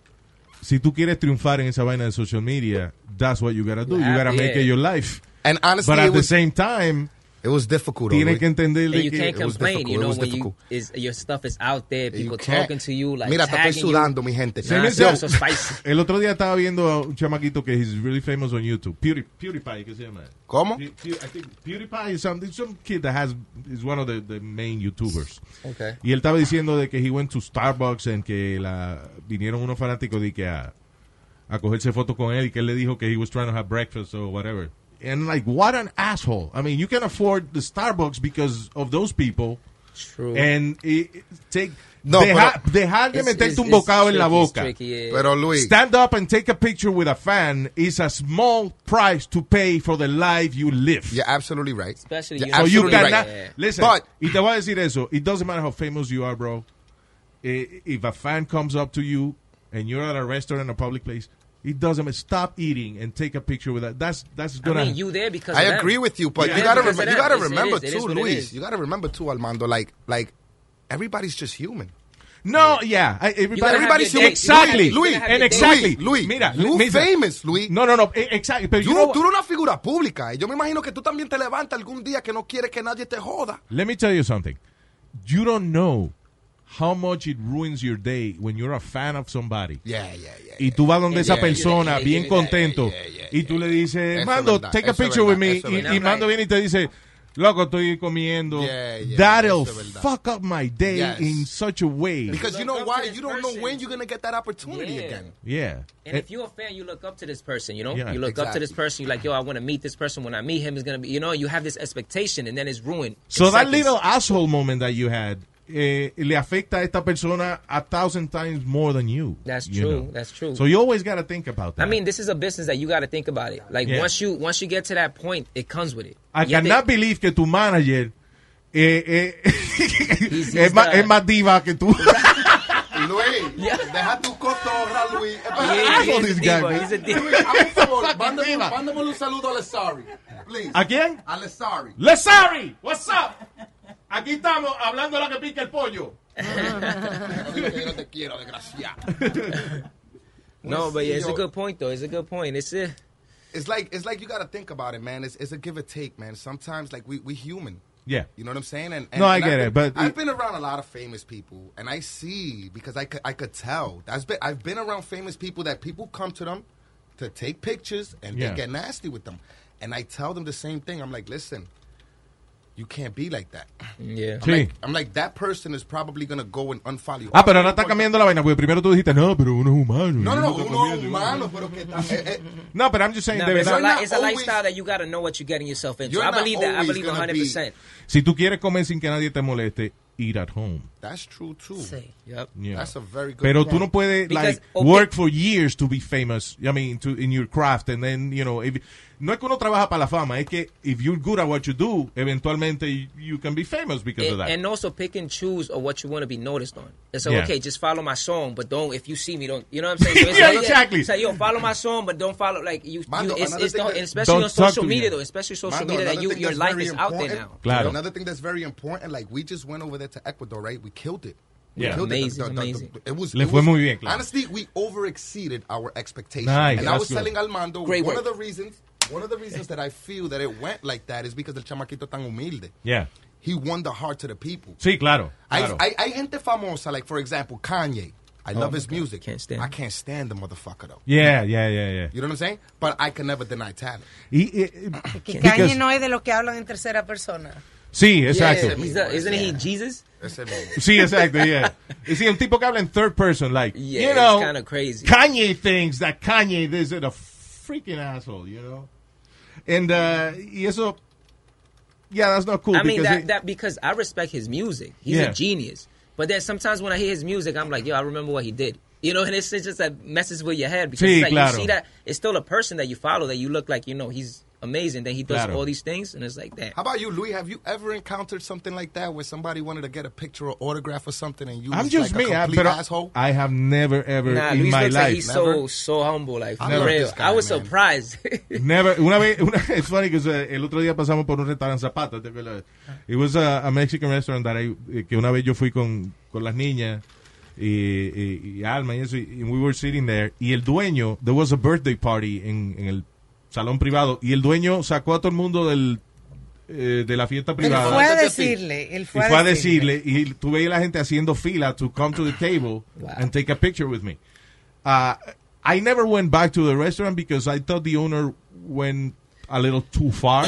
S4: si tú quieres triunfar en esa vaina de social media, that's what you gotta do. You
S6: Yeah,
S4: gotta make
S6: yeah.
S4: it your life.
S7: And honestly,
S4: But
S7: it
S4: at the
S7: was,
S4: same time,
S7: it was difficult.
S4: tienes
S7: Luis.
S4: que entender
S6: And you
S4: que
S6: can't
S7: It was
S6: complain, you
S7: difficult, it
S6: know,
S7: was
S6: when you
S7: difficult.
S6: is your stuff is out there,
S7: You
S6: people
S7: can't.
S6: talking to you, like
S7: Mira, te estoy
S6: tagging you.
S7: sudando, mi gente.
S6: Nah,
S4: Señor,
S6: so-
S4: yo-
S6: so
S7: *laughs*
S6: spicy.
S4: el otro día estaba viendo a un chamaquito que es really famous on YouTube, Pewdie- PewDiePie, ¿qué se llama?
S7: ¿Cómo?
S4: Pe- Pe- I think PewDiePie is some, some kid that has is one of the, the main YouTubers.
S7: Okay.
S4: Y él estaba diciendo de que he went to Starbucks and que la, vinieron unos fanáticos de que a, a cogerse fotos con él y que él le dijo que he was trying to have breakfast or whatever. And like, what an asshole. I mean, you can afford the Starbucks because of those people.
S6: True.
S7: Eh,
S4: And it, it- take,
S7: No,
S4: deja-
S7: pero-
S4: dejar de
S6: It's-
S4: meterte
S6: it's-
S4: un
S6: it's
S4: bocado en la
S6: tricky, it's
S4: boca.
S6: tricky, yeah.
S7: Pero Luis,
S4: Stand up and take a picture with a fan is a small price to pay for the life you live.
S7: you're absolutely right.
S6: Especially
S7: You're
S6: you-
S4: So you
S7: absolutely
S6: can-
S4: cannot
S7: right.
S6: Yeah.
S4: listen.
S7: But-
S4: y te voy a decir eso. It doesn't matter how famous you are, bro. I- If a fan comes up to you and you're at a restaurant, a public place, it doesn't matter. stop eating and take a picture with that. That's that's
S6: I
S4: gonna.
S6: mean, you there because
S7: I
S6: of them.
S7: agree with you, but
S6: Yeah.
S7: you gotta
S6: Because
S7: remember,
S6: of
S7: you
S6: that.
S7: gotta
S6: It's- it
S7: remember
S6: is- it
S7: too,
S6: is what it
S7: Luis.
S6: is.
S7: You gotta remember too, Armando. Like, like everybody's just human.
S4: no, yeah. I- Everybody,
S7: Everybody's
S6: have your
S7: human.
S6: day.
S4: exactly.
S6: You're
S7: Luis,
S6: gonna have
S4: and
S6: your day.
S4: exactly.
S7: Luis,
S4: mira,
S7: you
S4: mira.
S7: famous, Luis.
S4: No, no, no. e- Exactly. Pero
S7: Tú,
S4: you know what?
S7: tú eres una figura pública. y Yo me imagino que tú también te levantas algún día que no quieres que nadie te joda.
S4: Let me tell you something. You don't know how much it ruins your day when you're a fan of somebody.
S7: Yeah, yeah, yeah.
S4: Y tú vas donde esa
S7: yeah,
S4: persona,
S7: yeah,
S4: bien
S7: yeah,
S4: contento,
S7: yeah, yeah, yeah,
S4: y tú
S7: yeah,
S4: le
S7: yeah.
S4: dices,
S7: Eso
S4: Mando,
S7: es verdad,
S4: take a
S7: eso es
S4: picture with me.
S7: verdad, eso es
S4: Y, y
S7: verdad.
S4: Mando viene y te dice, loco, estoy comiendo.
S7: Yeah, yeah,
S4: That'll
S7: eso es verdad.
S4: fuck up my day
S7: Yes.
S4: in such a way.
S7: Because you know
S6: Look up
S7: why?
S6: to this
S7: You don't know
S6: person.
S7: when you're going to get that opportunity
S6: Yeah. *laughs*
S7: again.
S4: yeah. Eh,
S6: And if you're a fan, you look up to this person, you know?
S4: Yeah,
S6: you look up to this
S7: exactly.
S6: person, you're like, yo, I want to meet this person. When I meet him, it's going to be, you know, you have this expectation, and then it's ruined. in
S4: so that
S6: seconds.
S4: little asshole moment that you had, eh, le afecta a esta persona a thousand times more than you.
S6: That's
S4: you
S6: true,
S4: know.
S6: that's true.
S4: So you always got to think about that.
S6: I mean, this is a business that you got to think about it. Like
S4: Yeah.
S6: once you once you get to that point, it comes with it.
S4: I
S6: You have to-
S4: cannot believe que tu manager eh, eh, *laughs*
S6: he's
S4: es, más,
S6: the-
S4: es más diva que
S7: *laughs*
S4: tú.
S7: Luis,
S6: *laughs* Yeah.
S7: deja tu cotorra, Luis.
S6: *laughs* Yeah,
S4: asshole,
S7: *laughs*
S6: he's a
S4: this guy,
S6: diva,
S4: man.
S6: he's a diva.
S7: Hazme un favor,
S4: Fucking
S7: mándame-
S4: diva.
S7: mándame un saludo a Lesari. Please.
S4: ¿A quién?
S7: A Lesari.
S4: Lesari, what's up? Aquí estamos hablando la que pica el pollo.
S7: No digo que yo no te quiero, desgraciado.
S6: No, but yeah, it's a
S7: Yo-
S6: good point though. It's a good point. It's a,
S7: It's like it's like you gotta think about it, man. It's, it's a give and take, man. Sometimes like we we human.
S4: Yeah.
S7: You know what I'm saying? And, and
S4: No, I
S7: and
S4: get
S7: I've
S4: it,
S7: been-
S4: but
S7: I've
S4: it-
S7: been around a lot of famous people, and I see because I could I could tell. That's been I've been around famous people that people come to them to take pictures, and
S4: Yeah.
S7: they get nasty with them. And I tell them the same thing. I'm like, listen, you can't be like that.
S6: yeah.
S4: Sí.
S7: I'm like, that person is probably gonna go and unfollow you.
S4: Ah, pero ahora está cambiando la vaina, porque primero tú dijiste, no, pero uno es humano.
S7: No, no, no,
S4: Uno está
S7: uno
S4: comiendo,
S7: humano, pero que ta- eh, eh,
S4: No, pero I'm just saying,
S6: Nah,
S4: de
S6: but it's, a
S4: verdad,
S7: You're
S6: li-
S7: not
S6: it's a
S7: always-
S6: lifestyle that you got to know what you're getting yourself into.
S7: You're
S6: I
S7: not
S6: believe that. I
S7: always
S6: believe
S7: gonna
S6: 100. percent
S4: si tú quieres comer sin que nadie te moleste, eat at home.
S7: That's true too.
S5: Sí.
S6: Yep.
S4: Yeah.
S7: That's a very good.
S4: Pero
S7: point.
S4: tú no puedes
S6: Because,
S4: like
S6: okay.
S4: work for years to be famous. I mean, to in your craft and then, you know, if, no es que uno trabaja para la fama, es que if you're good at what you do, eventualmente you, you can be famous because of
S6: And,
S7: Eh,
S4: that.
S6: and also pick and choose of what you want to be noticed on. It's like,
S4: Yeah.
S6: okay, just follow my song, but don't. If you see me, don't. You know what I'm saying?
S7: *laughs*
S6: So it's
S4: Yeah,
S6: like,
S4: exactly.
S6: It's like, yo, follow my song, but don't follow. Like you,
S7: Mando,
S6: you it's,
S7: another
S6: it's
S7: thing
S6: the,
S7: that-
S6: especially
S4: Don't
S6: on
S4: talk
S6: social
S4: to
S6: media
S4: you.
S6: though, especially social
S7: Mando,
S6: media that
S7: another
S6: you
S7: thing
S6: your
S7: that's
S6: life
S7: very
S6: is out there
S7: important-
S6: now.
S4: Claro.
S7: Another thing that's very important, like we just went over there to Ecuador, right? We killed it. We
S4: Yeah.
S7: killed it.
S6: Amazing,
S7: The- the- the-
S6: amazing.
S7: it was,
S4: Le
S7: it
S4: fue
S7: was-
S4: muy bien, claro.
S7: Honestly, we over exceeded our expectations.
S4: Nice,
S7: and I
S4: that's
S7: was
S4: good.
S7: telling Almando
S6: Great
S7: one
S6: work.
S7: of the reasons, one of the reasons that I feel that it went like that is because el chamaquito tan humilde.
S4: Yeah.
S7: He won the heart to the people.
S4: Sí, claro.
S7: Hay,
S4: claro. Oh
S7: hay, hay gente famosa, like for example, Kanye. I love his music.
S6: Can't stand
S7: I
S6: him.
S7: can't stand the motherfucker though.
S4: yeah, yeah, yeah, yeah.
S7: You know what I'm saying? But I can never deny talent.
S4: Y, eh,
S5: Que
S4: because-
S5: Kanye no es de los que hablan en tercera persona.
S4: Sí, exacto.
S7: Yeah.
S6: He's a, isn't he Jesus?
S7: That's it, man.
S4: Sí, exacto, yeah. Y sí, un tipo que habla en third person, like,
S6: Yeah,
S4: you know,
S6: it's kind of crazy.
S4: Kanye thinks that Kanye is a freaking asshole, you know? And, uh, y eso, yeah, that's not cool.
S6: I mean
S4: because
S6: that,
S4: it-
S6: that because I respect his music. He's
S4: Yeah.
S6: a genius. But then sometimes when I hear his music, I'm like, yo, I remember what he did. You know, *laughs* and it's, it's just that messes with your head because
S4: Sí,
S6: it's like
S4: claro.
S6: you see that it's still a person that you follow that you look like you know he's amazing. Then he does
S4: Claro.
S6: all these things, and it's like that.
S7: How about you, Louis? Have you ever encountered something like that where somebody wanted to get a picture or autograph or something and you
S4: I'm
S7: was
S4: just
S7: like
S4: me,
S7: a
S4: I,
S7: complete
S4: but
S7: asshole?
S4: I have never ever
S6: Nah,
S4: in
S6: Luis
S4: my
S6: looks like
S4: life.
S6: he's so
S7: Never.
S6: so humble. Like for
S7: I love
S6: real,
S7: this guy,
S6: I was
S7: man.
S6: surprised. *laughs*
S4: Never, una vez, una, *laughs* it's funny because el otro día pasamos por un restaurante Zapata, ¿te acuerdas? It was a, a Mexican restaurant that I- eh, que una vez yo fui con, con las niñas y, y- y Alma y eso, y and we were sitting there, y el dueño, there was a birthday party en, en el salón privado, y el dueño sacó a todo el mundo del, eh, de la fiesta
S5: Él
S4: privada.
S5: fue a decirle. Él
S4: Y
S5: fue,
S4: fue a decirle, y tú veías la gente haciendo fila to come to the table and take a picture with me. Uh, I never went back to the restaurant because I thought the owner went a little too far.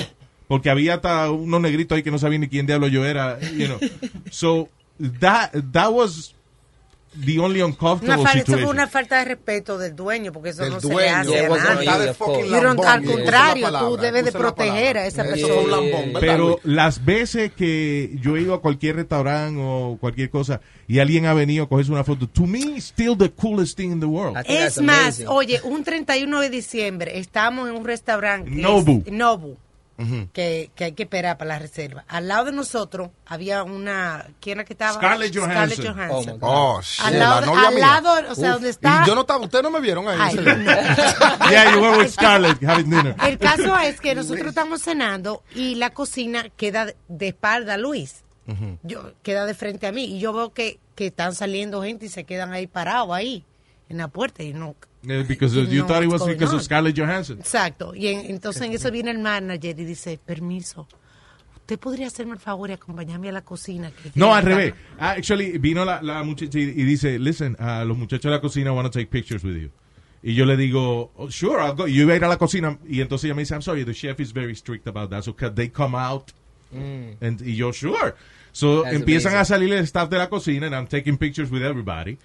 S4: Porque había hasta unos negritos ahí que no sabían ni quién diablo yo era, you
S5: *laughs*
S4: know. So, that, that was the only
S5: Una
S4: uncomfortable
S5: falta, eso fue
S4: situation.
S5: una falta de respeto del dueño, porque eso
S7: Del
S5: no se le
S7: dueño.
S5: hace a
S6: Yeah, yeah,
S5: nadie.
S7: Está de
S6: yeah,
S7: fucking
S6: Paul.
S5: You don't-
S7: lambón,
S5: al
S7: yeah.
S5: contrario,
S7: Usa la
S5: tú debes de
S7: usa la
S5: proteger a
S7: palabra.
S5: esa
S7: Eso
S6: persona.
S7: fue un lambón, ¿verdad,
S4: Pero
S7: Luis?
S4: las veces que yo he ido a cualquier restaurante o cualquier cosa y alguien ha venido a cogerse una foto, to me, still the coolest thing in the world.
S6: I think
S5: Es
S6: that's
S5: más,
S6: amazing.
S5: oye, un 31 de diciembre estamos en un restaurante. que es-
S4: Nobu.
S5: Nobu. que, que hay que esperar para la reserva. Al lado de nosotros había una. ¿Quién era que estaba?
S4: Scarlett Johansson.
S5: Johansson.
S6: Oh, my God.
S7: Oh, shit,
S5: Al lado-
S7: la novia
S5: al
S7: mía.
S5: lado, o sea, donde está-
S7: Y yo no estaba, ustedes no me vieron ahí.
S5: Ay,
S7: en serio.
S4: *laughs* Yeah, you were with Scarlett having dinner. *laughs*
S5: El caso es que nosotros estamos cenando y la cocina queda de espalda a Luis. Yo, queda de frente a mí. Y yo veo que, que están saliendo gente y se quedan ahí parados, ahí, en la puerta. Y no.
S4: Yeah, Eh, because you
S5: No,
S4: thought it
S5: what's
S4: was
S5: going
S4: because
S5: on?
S4: of Scarlett Johansson.
S5: Exacto. Y en- entonces en eso viene el manager y dice: Permiso, ¿usted podría hacerme el favor y acompañarme a la cocina? que
S4: No,
S5: quiero
S4: al
S5: entrar?"
S4: revés. Actually, vino la, la muchacha y, y dice, listen, ah, los muchachos de la cocina want to take pictures with you. Y yo le digo, "Oh, sure, I'll go. Y Yo iba a ir a la cocina. Y entonces ella me dice, I'm sorry, the chef is very strict about that. So can they come out?
S5: Mm.
S4: And, y yo, sure. So
S6: That's
S4: empiezan
S6: amazing.
S4: a salir el staff de la cocina and I'm taking pictures with everybody.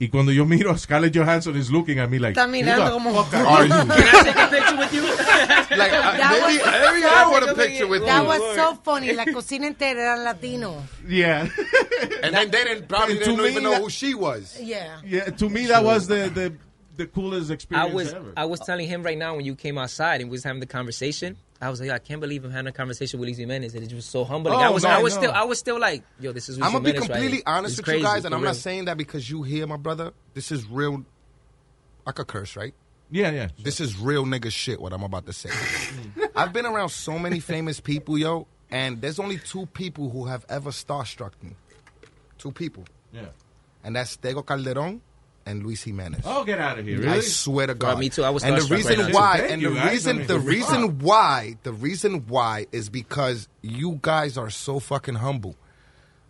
S4: Y cuando yo miro a Scarlett Johansson is looking at me like,
S5: Está
S4: "Who
S5: mirando
S4: the
S5: como- *laughs*
S4: fuck are you?"
S6: Can I take a picture with you?
S7: Like, I-
S5: That
S7: maybe,
S5: was-
S7: maybe I want a picture with
S5: That
S7: you.
S5: was so funny. La cocina entera eran latinos.
S4: yeah. *laughs*
S7: And then they didn't, probably
S4: To
S7: didn't
S4: me,
S7: even
S4: that-
S7: know who she was.
S5: Yeah.
S4: yeah. To me, that was the, the, the coolest
S6: I
S4: experience
S6: was
S4: ever.
S6: I was telling him right now when you came outside and we was having the conversation. I was like, I can't believe I'm having a conversation with Luis Jimenez, and it was so humbling.
S4: Oh,
S6: I was,
S4: no,
S6: I was
S4: no.
S6: still, I was still like, yo, this is. Luis
S7: I'm gonna be
S6: Jimenez right here.
S7: completely honest
S6: It's
S7: with
S6: crazy,
S7: you guys, and
S6: for
S7: I'm
S6: real.
S7: not saying that because you here, my brother. This is real. I could curse, right?
S4: yeah, yeah.
S7: This is real nigga shit. What I'm about to say. I've been around so many famous people, yo, and there's only two people who have ever starstruck me. Two people,
S4: yeah.
S7: and that's Tego Calderon and Luis Jimenez.
S4: Oh, get out of here!
S7: I
S4: Really?
S7: swear to God.
S6: me too. I was
S7: and the
S6: starstruck
S7: reason
S6: right now.
S7: why,
S4: Thank
S7: and
S4: you,
S7: the
S4: guys. I
S7: reason,
S4: mean,
S7: the
S4: fuck.
S7: reason why, the reason why is because you guys are so fucking humble.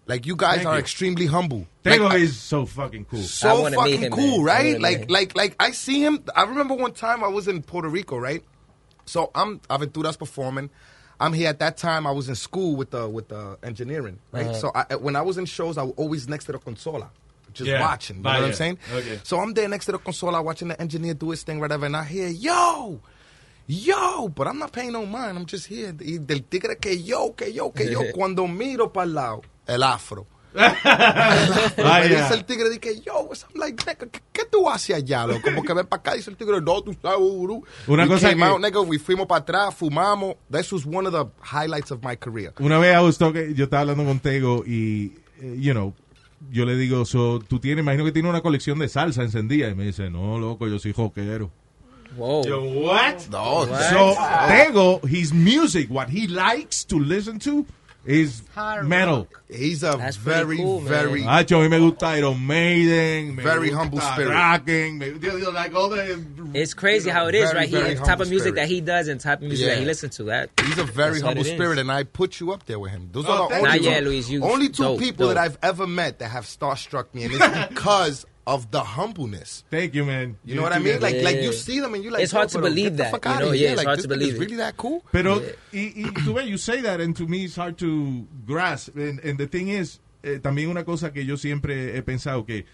S7: Like you guys
S4: Thank
S7: are
S4: you.
S7: extremely humble.
S4: Tego
S7: Like, I-
S4: is so fucking
S7: *laughs*
S4: cool.
S6: I
S7: so
S6: wanna meet
S7: fucking
S6: him,
S7: cool,
S6: man. I
S7: right?
S6: wanna meet
S7: Like,
S6: him.
S7: like, like I see him. I remember one time I was in Puerto Rico, right? So I'm Aventuras performing. I'm here at that time. I was in school with the with the engineering, right?
S6: Uh-huh.
S7: So I, when I was in shows, I was always next to the consola, just
S4: Yeah.
S7: watching. You know what
S4: Vaya.
S7: I'm saying?
S4: Okay.
S7: So I'm there next to the consola, watching the engineer do his thing, whatever, and I hear yo. Yo, but I'm not paying no mind. I'm just here. Y del tigre que yo, que yo,
S6: *laughs*
S7: que yo. Cuando miro para el lado, el afro.
S4: *laughs* Ah,
S7: Me
S4: yeah.
S7: dice el tigre, dije, yo, what's up? like, nigga, ¿qué, qué tú haces allá, loco? Como que ven para acá, dice el tigre, no, tú sabes, gurú.
S4: Una
S7: We
S4: cosa
S7: came
S4: que-
S7: out, nigga, we fuimos para atrás, fumamos. This was one of the highlights of my career.
S4: Una vez I was talking- yo estaba hablando con Tego y, eh, you know, yo le digo, so, tú tienes, imagino que tienes una colección de salsa encendida. Y me dice, no, loco, yo soy joquero.
S6: Whoa.
S4: what?
S7: No,
S4: So, Tego, his music, what he likes to listen to is
S5: Hard
S4: metal.
S7: he's a
S6: That's pretty
S7: very,
S6: cool, man.
S7: very,
S4: Macho, a mí me gusta Iron Maiden, me
S7: Very
S4: gusta
S7: humble spirit.
S4: Kraken, me- you know, like all the-
S6: It's crazy how it is,
S7: Very,
S6: right? He,
S7: very
S6: the type
S7: humble
S6: of music
S7: spirit.
S6: that he does and type of music that he
S7: Yeah.
S6: listens to. That
S7: he's a very
S6: that's what
S7: humble
S6: it is.
S7: spirit, and I put you up there with him. Those
S4: Oh,
S7: are the
S4: thank
S7: only
S4: you.
S7: two,
S4: Nah, yeah,
S6: Luis, you
S7: only two
S6: dope,
S7: people
S6: dope.
S7: that I've ever met that have starstruck me, and
S6: *laughs*
S7: it's because of the humbleness.
S4: Thank you, man.
S7: You know what I mean? Like,
S6: Yeah.
S7: like you see them and you like.
S6: It's hard to
S7: yo, pero get
S6: believe
S7: the
S6: that,
S7: fuck
S6: you
S7: outta
S6: know?
S7: here.
S6: Yeah, it's
S7: like,
S6: hard
S7: this
S6: to
S7: nigga's
S6: believe it.
S7: Really that cool?
S4: Pero, y, y tú ves, you say that, and to me it's hard to grasp. And, and the thing is, eh, también una cosa que yo siempre he pensado que,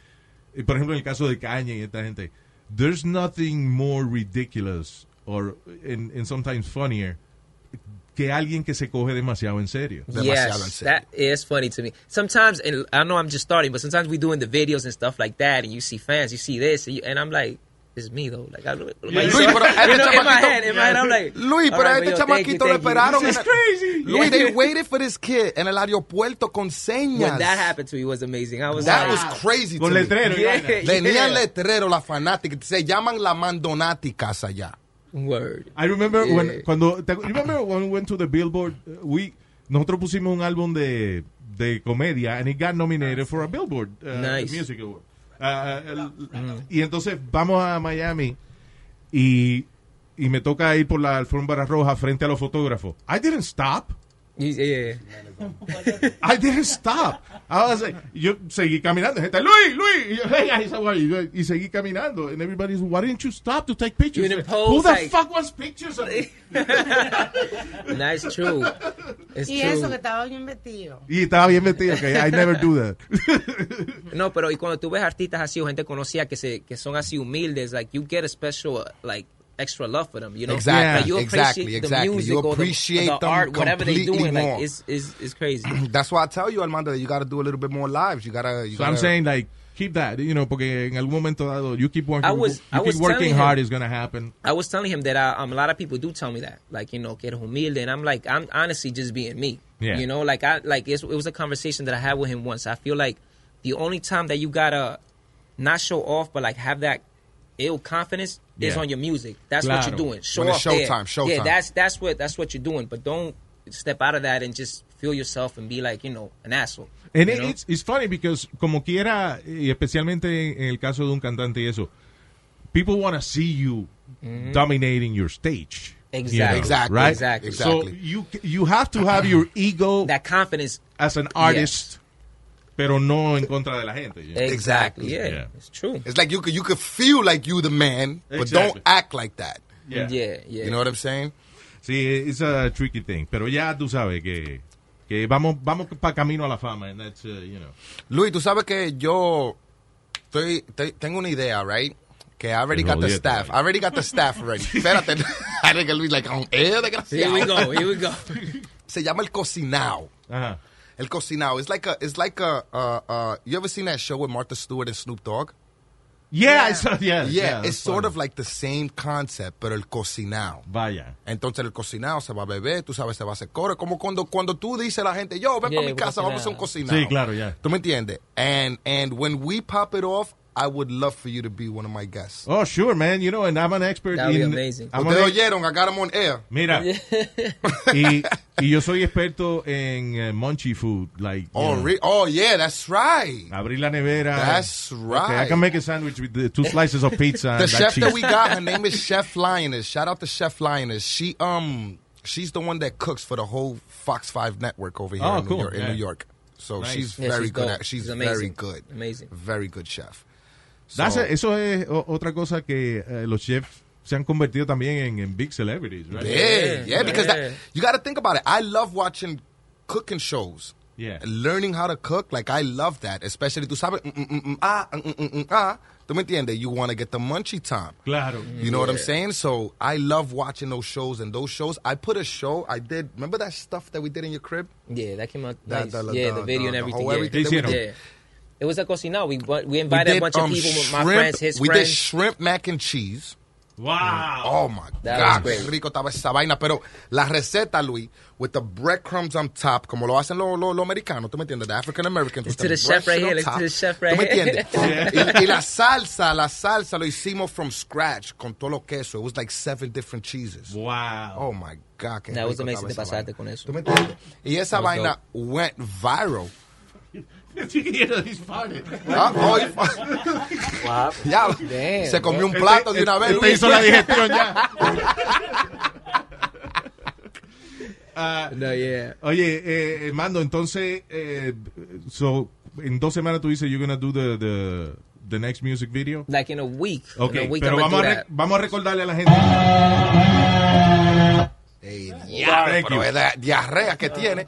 S4: eh, por ejemplo, en el caso de Kanye y esta gente, there's nothing more ridiculous or, and, and sometimes funnier que alguien que se coge demasiado en serio.
S7: Demasiado en
S6: yes,
S7: serio.
S6: that is funny to me. Sometimes, and I know I'm just starting, but sometimes we doing the videos and stuff like that, and you see fans, you see this, and, you, and I'm like, it's me though. Like, I, like
S7: Luis,
S6: so- *laughs*
S7: pero a
S6: you
S7: este
S6: know, in my
S7: chamaquito-
S6: head, in my head, I'm like,
S7: Luis,
S6: all
S7: pero a
S6: right,
S7: este
S6: yo, thank you,
S7: chamaquito lo
S6: thank you.
S7: esperaron.
S6: This
S7: en
S6: is
S7: el-
S6: crazy.
S7: Luis,
S6: Yeah.
S7: they waited for this kid en el aeropuerto con señas.
S6: When that happened to me was amazing. I was
S7: That
S6: like, "Ah,
S7: was crazy
S4: Con
S7: to me.
S4: letrero. y
S6: Yeah.
S4: vaina.
S7: Tenían
S6: Yeah.
S7: letrero las fanáticas. Se llaman las mandonáticas allá.
S6: word.
S4: I remember
S6: Yeah.
S4: when cuando te- you remember when we went to the Billboard uh, we nosotros pusimos un álbum de de comedia and it got nominated for a Billboard uh,
S6: Nice.
S4: Music Award. Uh, el- Y entonces vamos a Miami y y me toca ir por la alfombra roja frente a los fotógrafos. I didn't stop.
S6: Yeah.
S4: I didn't stop. I was like, yo seguí caminando. Gente, Luis, Luis. Y, yo, *laughs* hey guys, how are you? Y seguí caminando. And everybody's, why didn't you stop to take pictures?
S6: You didn't
S4: Who
S6: pose,
S4: the
S6: like-
S4: fuck wants pictures of
S6: *laughs*
S4: me?
S6: That's true. It's
S5: Y
S6: true.
S5: eso que estaba bien metido.
S4: Y estaba bien metido, que I never do that.
S6: Mm-hmm. No, pero y cuando tú ves artistas así o gente conocida que se que son así humildes, like you get a special uh, like extra love for them, you know?
S7: Exactly,
S6: like, you
S7: exactly,
S6: appreciate
S7: exactly.
S6: The music
S7: You
S6: or the- or
S7: appreciate
S6: the,
S7: them
S6: art, whatever they
S7: completely
S6: doing,
S7: more.
S6: like it's it's, it's crazy.
S7: That's why I tell you, Armando, that you gotta do a little bit more lives. You gotta.
S4: *laughs*
S7: You
S4: So
S7: gotta
S4: I'm saying like keep that, you know, porque en algún momento dado you keep working,
S6: I was-
S4: you
S6: I
S4: keep
S6: was
S4: working
S6: telling
S4: hard
S6: him.
S4: is gonna happen.
S6: I was telling him that I, um, a lot of people do tell me that, like you know, que eres humilde, and I'm like, I'm honestly just being me.
S4: Yeah.
S6: You know, like I like it's, it was a conversation that I had with him once. I feel like the only time that you gotta not show off, but like have that ill confidence is
S4: Yeah.
S6: on your music. That's what
S4: Claro.
S6: you're doing. Show
S7: When
S6: off
S7: it's
S6: there.
S7: showtime, showtime.
S6: Yeah, that's that's what that's what you're doing. But don't step out of that and just feel yourself and be like you know an asshole.
S4: And
S6: you
S4: it-
S6: know?
S4: it's, it's funny because como quiera, y especialmente en el caso de un cantante y eso, people want to see you dominating your stage. you
S6: Mm-hmm. Exactly.
S7: Exactly,
S4: Right?
S6: exactly.
S4: So you, you have to have your ego
S6: that confidence.
S4: as an artist, pero no en contra de la gente. you know?
S6: Exactly. Yeah,
S4: Yeah.
S6: it's true.
S7: It's like you could you could feel like you the man, but
S4: Exactly.
S7: don't act like that.
S6: Yeah, yeah.
S7: You know what I'm saying?
S4: Sí, it's a tricky thing. Pero ya tú sabes que, que vamos, vamos para camino a la fama. And that's, uh, you know.
S7: Luis, tú sabes que yo estoy, te- tengo una idea, right? Que I already
S4: Te
S7: got the
S4: jodiste,
S7: staff.
S4: vale.
S7: I already got the staff
S4: *laughs*
S7: ready. Espérate. *laughs* I think Luis like on air,
S6: Here we
S7: desgraciado.
S6: go. Here we go.
S7: *laughs* Se llama El Cocinao.
S4: Ajá.
S7: El Cocinao. It's like a, it's like a, uh, uh, you ever seen that show with Martha Stewart and Snoop Dogg?
S4: Yeah, it's, *laughs* yeah,
S7: Yeah, it's sort of like the same concept, pero El Cocinao.
S4: Vaya.
S7: Entonces el cocinado se va a beber, tú sabes, se va a hacer coro. Como cuando, cuando tú dices a la gente, yo, ven
S6: Yeah,
S7: para mi casa,
S6: cocinado.
S7: vamos a hacer un cocinado.
S4: Sí, claro, ya.
S7: ¿Tú me entiendes? And, and when we pop it off, I would love for you to be one of my guests.
S4: Oh, sure, man. You know, and I'm an expert
S6: That'd be
S4: in-
S6: amazing.
S4: I'm
S7: Ustedes
S4: an-
S7: oyeron, I got 'em on air.
S6: *laughs*
S4: Mira, y, y yo soy experto en eh, munchy food, like you
S7: Oh,
S4: know,
S7: re- oh, yeah, that's right.
S4: abrir la nevera.
S7: That's
S4: Okay, I
S7: right.
S4: can make a sandwich with the two slices of pizza. and
S7: *laughs* the
S4: that
S7: chef that
S4: cheese.
S7: we got, her name is Chef Lioness. Shout out to Chef Lioness. She um she's the one that cooks for the whole Fox Five network over here
S4: Oh,
S7: in,
S4: cool.
S7: New York,
S4: Yeah.
S7: in New York. So
S4: Nice.
S7: she's
S6: Yeah,
S7: very
S6: she's
S7: good.
S6: dope.
S7: At, she's
S6: She's
S7: very
S6: amazing.
S7: good.
S6: Amazing.
S7: Very good chef.
S4: That's
S7: So-
S4: it. Eso es o- otra cosa que eh, los chefs se han convertido también en, en big celebrities, right?
S7: Yeah, yeah,
S6: Yeah.
S7: because
S6: Yeah.
S7: That, you got to think about it. I love watching cooking shows.
S4: Yeah.
S7: And Learning how to cook, like I love that. Especially tú sabes, mm, mm, mm, mm, ah, mm, mm, mm, mm, ah. Tú me entiendes? You want to get the munchy time.
S4: Claro.
S7: You know what I'm saying? So I love watching those shows and those shows. I put a show I did. Remember that stuff that we did in your crib?
S6: Yeah, that came out
S7: That-
S6: nice.
S7: that-
S6: yeah,
S7: that-
S6: the video
S7: that-
S6: and
S7: the
S6: everything.
S7: whole
S6: yeah.
S7: everything
S4: that we Hicieron. did.
S6: Yeah. It was a cocinado. We bu- we invited a bunch of
S7: um,
S6: people, with my
S7: shrimp-
S6: friends, his
S7: we did
S6: friends.
S7: shrimp mac and cheese.
S4: Wow.
S7: Oh my
S6: That
S7: God,
S6: was
S7: qué
S6: great.
S7: rico estaba esa vaina. Pero la receta, Luis, with the breadcrumbs on top, como lo hacen los lo, lo americanos, ¿tú me entiendes? The African Americans. with
S6: to the chef right
S7: bread shit on
S6: here, like,
S7: top.
S6: to the chef right
S7: ¿Tú me
S6: here. *laughs*
S7: entiendes? y, y la salsa, la salsa lo hicimos from scratch con todo lo queso. It was like seven different cheeses.
S4: Wow. *laughs*
S7: Oh my God, qué
S6: That was
S7: rico
S6: amazing. Te
S7: estaba esa
S6: pasaste
S7: vaina.
S6: con eso.
S7: ¿Tú me entiendes? Y esa
S6: was
S7: vaina went viral. Ah, oh, y-
S8: Wow.
S7: *laughs* ya,
S6: Damn,
S7: se comió
S6: bro.
S7: un plato de una vez.
S4: Este
S7: Luis.
S4: hizo la digestión *laughs* ya.
S6: No, yeah.
S4: Ah, Oye, eh, eh, Mando, entonces, eh, so, en dos semanas tú dices, you're gonna do the, the, the next music video.
S6: Like in a week.
S4: Ok,
S6: in a week
S4: pero
S6: I'm
S4: vamos a,
S6: do
S4: re-
S6: that.
S4: vamos a recordarle a la gente.
S7: Ey, diablo,
S4: Thank
S7: pero
S4: you.
S7: es la diarrea que tiene.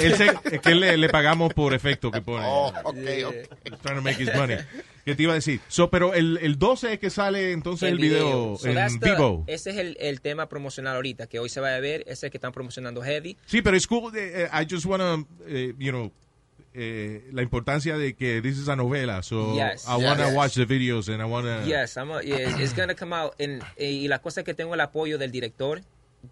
S4: Él se- es que le, le pagamos por efecto que pone.
S7: *laughs* Oh, ok, ok.
S4: Trying to make his money. ¿Qué te iba a decir? So, pero el, el 12 es que sale entonces el, video,
S6: So that's
S4: en
S6: the-
S4: vivo.
S6: Ese es el, el tema promocional ahorita, que hoy se va a ver. Ese es el que están promocionando Heavy.
S4: Sí, pero es cool. eh, eh, I just wanna, eh, you know, eh, la importancia de que this is a novela. So
S6: Yes.
S4: I wanna
S7: Yes.
S4: watch the videos and I wanna.
S6: Yes, I'm a- yes, it's gonna come out. en- eh, y la cosa es que tengo el apoyo del director,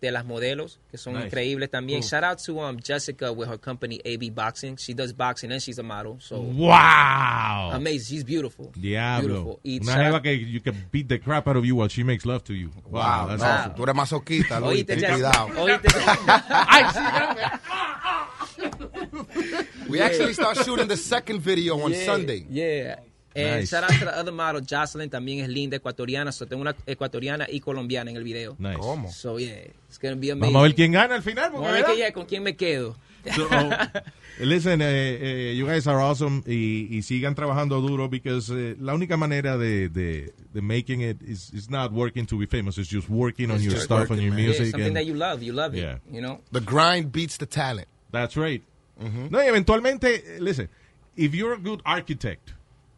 S6: de las modelos, que son
S4: Nice.
S6: increíbles también. Shout out to um, Jessica with her company AB Boxing. She does boxing and she's a model. So
S7: Mm.
S4: Wow.
S6: amazing. She's beautiful.
S4: Diablo.
S6: Beautiful. Y
S4: Una
S6: shout
S4: jeva
S6: out-
S4: que you can beat the crap out of you while she makes love to you. Wow.
S7: Wow,
S4: that's
S7: no,
S4: awesome.
S7: tú eres masoquista, Luis,
S6: Oíste,
S7: ten
S6: Jess.
S7: cuidado.
S6: Oíste,
S4: *laughs*
S7: We actually start shooting the second video on
S6: Yeah,
S7: Sunday.
S6: *laughs* Yeah. And
S4: Nice.
S6: shout out to the other model, Jocelyn, también es linda, ecuatoriana. So tengo una ecuatoriana y colombiana en el video.
S4: Nice.
S7: ¿Cómo?
S6: So yeah, it's gonna be amazing.
S4: Vamos a ver quién gana al final.
S6: Vamos
S4: Porque,
S6: a ver
S4: ¿verdad?
S6: que ya, con quién me quedo.
S4: So, oh, listen, eh, eh, you guys are awesome y, y sigan trabajando duro because eh, la única manera de, de, de making it is, is not working to be famous, it's just working on your
S7: just
S4: stuff, on
S7: working,
S4: your
S7: man.
S6: Yeah,
S4: music.
S6: something
S4: and-
S6: that you love, you love
S4: Yeah.
S6: it, you know.
S7: The grind beats the talent.
S4: That's right.
S7: Mm-hmm.
S4: No, y eventualmente, eh, listen, if you're a good architect,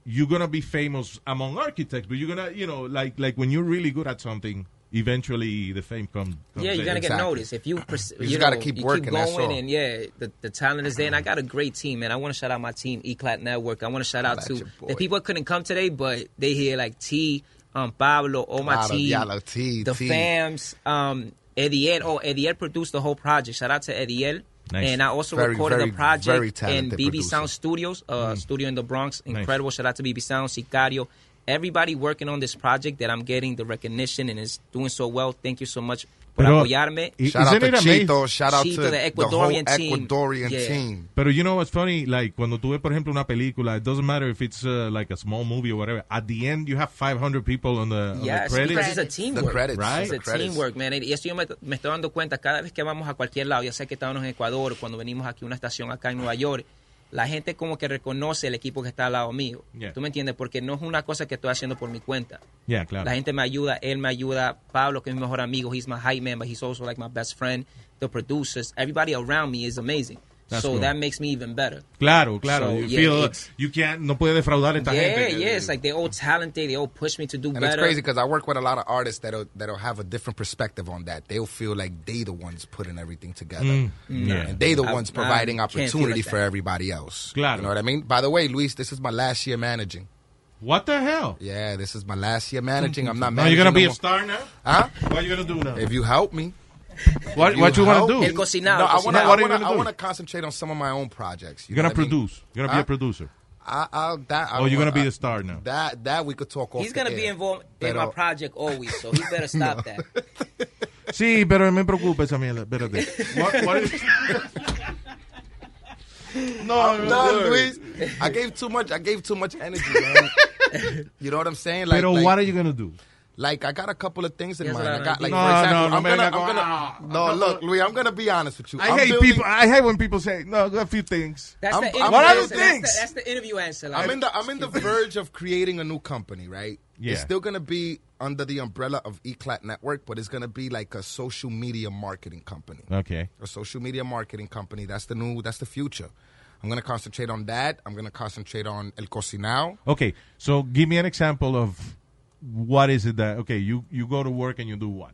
S4: you're gonna be famous among architects, but you're gonna, you know, like like when you're really good at something, eventually the fame come, comes.
S6: Yeah, you're
S4: in.
S6: gonna get
S7: Exactly.
S6: noticed if you. Pers-
S7: You just gotta
S6: know,
S7: keep
S6: you
S7: working,
S6: Keep
S7: that's
S6: going,
S7: all.
S6: and yeah, the, the talent is there. And I got a great team, man. I want to shout out my team, Eclat Network. I want to shout out
S7: That's
S6: to
S7: your boy.
S6: the people that couldn't come today, but they here like T, um, Pablo, all my
S7: Claro,
S6: team,
S7: diablo, T,
S6: the
S7: T.
S6: fams, um, Ediel. Oh, Ediel produced the whole project. Shout out to Ediel.
S4: Nice.
S6: And I also
S7: Very,
S6: recorded
S7: very,
S6: the project
S7: very
S6: in
S7: talented
S6: BB
S7: producer.
S6: Sound Studios, uh,
S4: Mm.
S6: studio in the Bronx. Incredible. Shout out to BB Sound, Sicario, everybody working on this project that I'm getting the recognition and is doing so well. Thank you so much por
S4: Pero-
S6: apoyarme.
S4: Y-
S7: Shout out
S4: isn't
S7: to
S4: it amazing?
S7: Chito, shout out
S6: Chito,
S7: to
S6: the
S7: the, whole
S6: Ecuadorian team.
S7: Ecuadorian
S6: Yeah.
S7: team.
S4: Pero you know what's funny? Like cuando tú ves, por ejemplo, una película, it doesn't matter if it's uh, like a small movie or whatever. At the end, you have 500 people on the, on the
S6: Yes, because
S4: credits.
S6: it's a teamwork.
S7: The credits,
S4: Right?
S6: It's
S7: the
S6: a
S7: credits.
S6: teamwork, man. Y eso yo me, me estoy dando cuenta cada vez que vamos a cualquier lado, ya sea que estábamos en Ecuador, cuando venimos aquí a una estación acá en Nueva York, la gente como que reconoce el equipo que está al lado mío.
S4: Yeah.
S6: ¿Tú me entiendes? Porque no es una cosa que estoy haciendo por mi cuenta.
S4: Yeah, claro.
S6: La gente me ayuda, él me ayuda, Pablo, que es mi mejor amigo, he's my hype man, but he's also like my best friend. The producers, everybody around me is amazing.
S4: That's
S6: so
S4: cool.
S6: that makes me even better.
S4: Claro, claro.
S6: So,
S4: you
S6: yeah,
S4: feel,
S6: it's-
S4: you can't, no puede defraudar a esta
S6: yeah,
S4: gente.
S6: yeah, it's like they all talented, they all push me to do
S7: And
S6: better.
S7: it's crazy because I work with a lot of artists that'll that'll have a different perspective on that. They'll feel like they the ones putting everything together,
S4: Mm. yeah.
S7: and they the
S6: I-
S7: ones
S6: I
S7: providing
S6: can't feel like
S7: opportunity
S6: that.
S7: for everybody else.
S4: Claro.
S7: You know what I mean? By the way, Luis, this is my last year managing.
S4: What the hell?
S7: Yeah, this is my last year managing. I'm not
S4: Now
S7: managing.
S4: you're gonna
S7: no
S4: be a
S7: more.
S4: star now?
S7: Huh?
S4: What are you gonna do now?
S7: If you help me.
S4: what
S7: you
S4: what you wanna
S7: help
S4: do?
S7: me.
S6: El cocinado,
S7: No, I
S6: cocinado.
S7: want to.
S4: What are you
S7: I
S4: gonna do?
S7: want to concentrate on some of my own projects. You
S4: You're
S7: know
S4: gonna
S7: what I mean?
S4: produce. You're gonna be a
S7: Huh?
S4: producer.
S7: I, I'll, that, I
S4: Oh, you're
S7: don't
S4: gonna be the
S7: wanna-
S4: star now.
S7: That that we could talk off.
S6: He's gonna
S7: the
S6: be
S7: air.
S6: involved in
S7: Pero-
S6: my project always, so he
S7: *laughs*
S6: better stop that.
S4: *laughs* Sí, pero me preocupa esa mierda. Espérate. What, what is... *laughs* No,
S7: I'm
S4: no,
S7: done,
S4: no.
S7: Luis. I gave too much. I gave too much energy, man. *laughs* you know what I'm saying? Like,
S4: Pero
S7: like,
S4: what are you gonna do?
S7: like, I got a couple of things in
S6: Yes,
S7: mind.
S6: sir,
S7: I got like
S4: No,
S7: for
S4: no,
S7: example,
S4: no,
S7: I'm
S4: man,
S7: gonna,
S4: I go,
S7: I'm gonna-
S4: ah,
S7: no, look, Louis, I'm gonna be honest with you.
S4: I
S7: I'm
S4: hate
S7: building-
S4: people. I hate when people say no. A few things.
S6: That's
S7: I'm-
S6: the
S7: I'm-
S6: interview
S7: What
S4: other
S6: answer.
S4: things?
S6: That's the, that's the interview answer. Like,
S7: I'm in the I'm in the verge of creating a new company, right?
S4: Yeah.
S7: It's still gonna be under the umbrella of Eclat Network, but it's gonna be like a social media marketing company.
S4: Okay.
S7: a social media marketing company. That's the new. That's the future. I'm gonna concentrate on that. I'm gonna concentrate on El Cocinao.
S4: Okay. So give me an example of what is it that okay you you go to work and you do what?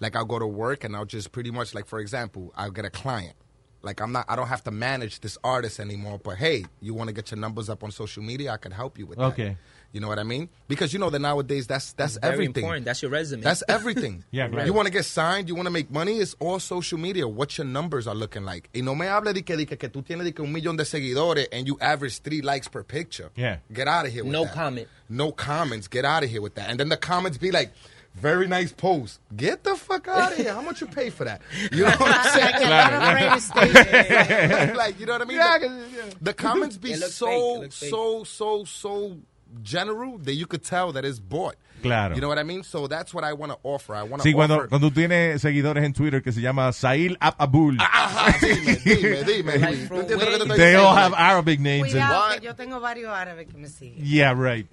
S7: Like I'll go to work and I'll just pretty much like for example, I'll get a client. Like I'm not. I don't have to manage this artist anymore. But hey, you want to get your numbers up on social media? I could help you with that.
S4: Okay.
S7: You know what I mean? Because you know that nowadays that's that's
S6: very
S7: everything.
S6: important. That's your resume.
S7: That's everything.
S4: Yeah, claro.
S7: You want to get signed, you want to make money, it's all social media. What your numbers are looking like. Y no me hable de que, de que, que tú tienes de que un millón de seguidores and you average three likes per picture.
S4: Yeah.
S7: Get out of here with
S6: No
S7: that.
S6: comment.
S7: No comments. Get out of here with that. And then the comments be like, very nice post. Get the fuck out of here. How much you pay for that? You know what I'm saying?
S5: Like a lot of
S4: *laughs*
S5: radio stations.
S7: like, like, you know what I mean? the, the comments be
S6: It looks fake, it
S7: so
S6: looks fake.
S7: so so so general that you could tell that it's bought.
S4: Claro.
S7: You know what I mean? So that's what I want to offer. I want to
S4: Sí, cuando
S7: offer.
S4: cuando tú tienes seguidores en Twitter que se llama Sail Ab Abul.
S7: Ah, Ajá, dime, dime, dime.
S6: Like
S7: Luis.
S6: from
S7: ¿Tú entiendes lo que te estoy
S4: They all
S7: diciendo?
S4: have Arabic names. And,
S5: Cuidado,
S7: What?
S5: que yo tengo varios árabes que me
S4: *laughs*
S7: *laughs*
S5: siguen.
S4: yeah, right.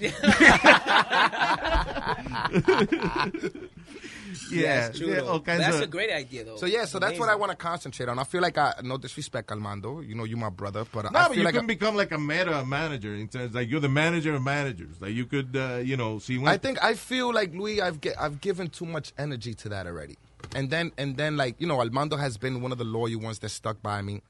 S4: yeah,
S6: That's true,
S4: yeah,
S6: though.
S4: all kinds
S6: That's
S4: of.
S6: a great idea, though.
S7: So yeah, so that's what I
S6: Amazing.
S7: want to concentrate on. I feel like I no disrespect, Armando. You know you my brother, but I
S4: No,
S7: feel
S4: but you
S7: like
S4: can
S7: I,
S4: become like a meta manager in terms like you're the manager of managers. Like you could, uh, you know, see when
S7: I
S6: Mm.
S7: think I feel like Louis. I've get, I've given too much energy to that already. And then and then like you know, Armando has been one of the loyal ones that stuck by me,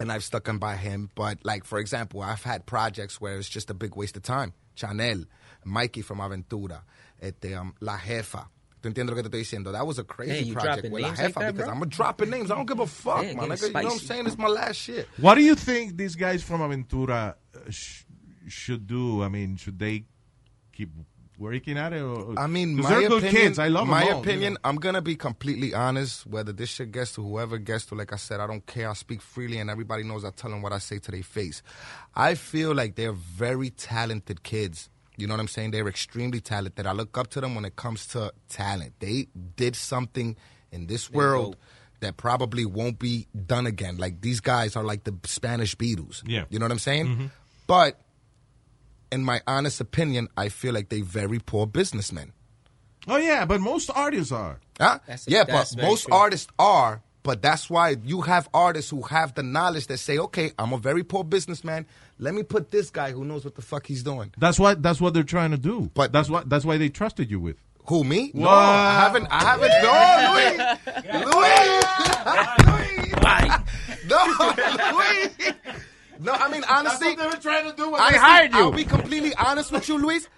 S7: and I've stuck in by him. But like for example, I've had projects where it's just a big waste of time. Chanel, Mikey from Aventura, este, um, La Jefa. ¿Tú entiendes lo que te estoy diciendo? That was a
S6: Man,
S7: crazy
S6: you
S7: project
S6: dropping
S7: with La
S6: names like
S7: Jefa
S6: that,
S7: because
S6: bro?
S7: I'm dropping names. I don't give a fuck,
S6: Man,
S7: man.
S6: getting
S7: Nigga, you know what I'm
S6: spicy.
S7: saying? It's my last shit.
S4: What do you think these guys from Aventura uh, sh- should do? I mean, should they keep working at it? Or,
S7: I mean,
S4: 'Cause
S7: my
S4: they're
S7: opinion,
S4: good kids. I love 'em
S7: my
S4: all, you
S7: opinion.
S4: know.
S7: I'm gonna be completely honest. Whether this shit gets to whoever gets to, like I said, I don't care. I speak freely, and everybody knows I tell them what I say to their face. I feel like they're very talented kids. You know what I'm saying? They're extremely talented. I look up to them when it comes to talent. They did something in this world that probably won't be done again. Like these guys are like the Spanish Beatles.
S4: Yeah.
S7: You know what I'm saying? But in my honest opinion, I feel like they very poor businessmen.
S4: Oh yeah, but most artists are.
S7: Huh?
S6: That's-
S7: yeah,
S6: that's
S7: but
S6: very
S7: most
S6: true.
S7: artists are. But that's why you have artists who have the knowledge that say, okay, I'm a very poor businessman. Let me put this guy who knows what the fuck he's doing.
S4: That's what that's what they're trying to do.
S7: But-
S4: that's what that's why they trusted you with.
S7: Who, me? No,
S4: Wow.
S7: I haven't. I haven't. *laughs* No, *laughs* Louis. Louis. Louis. No, Louis. No, I mean, honestly.
S4: were trying to do.
S7: Honestly,
S4: hired you.
S7: I'll be completely honest with you, Luis.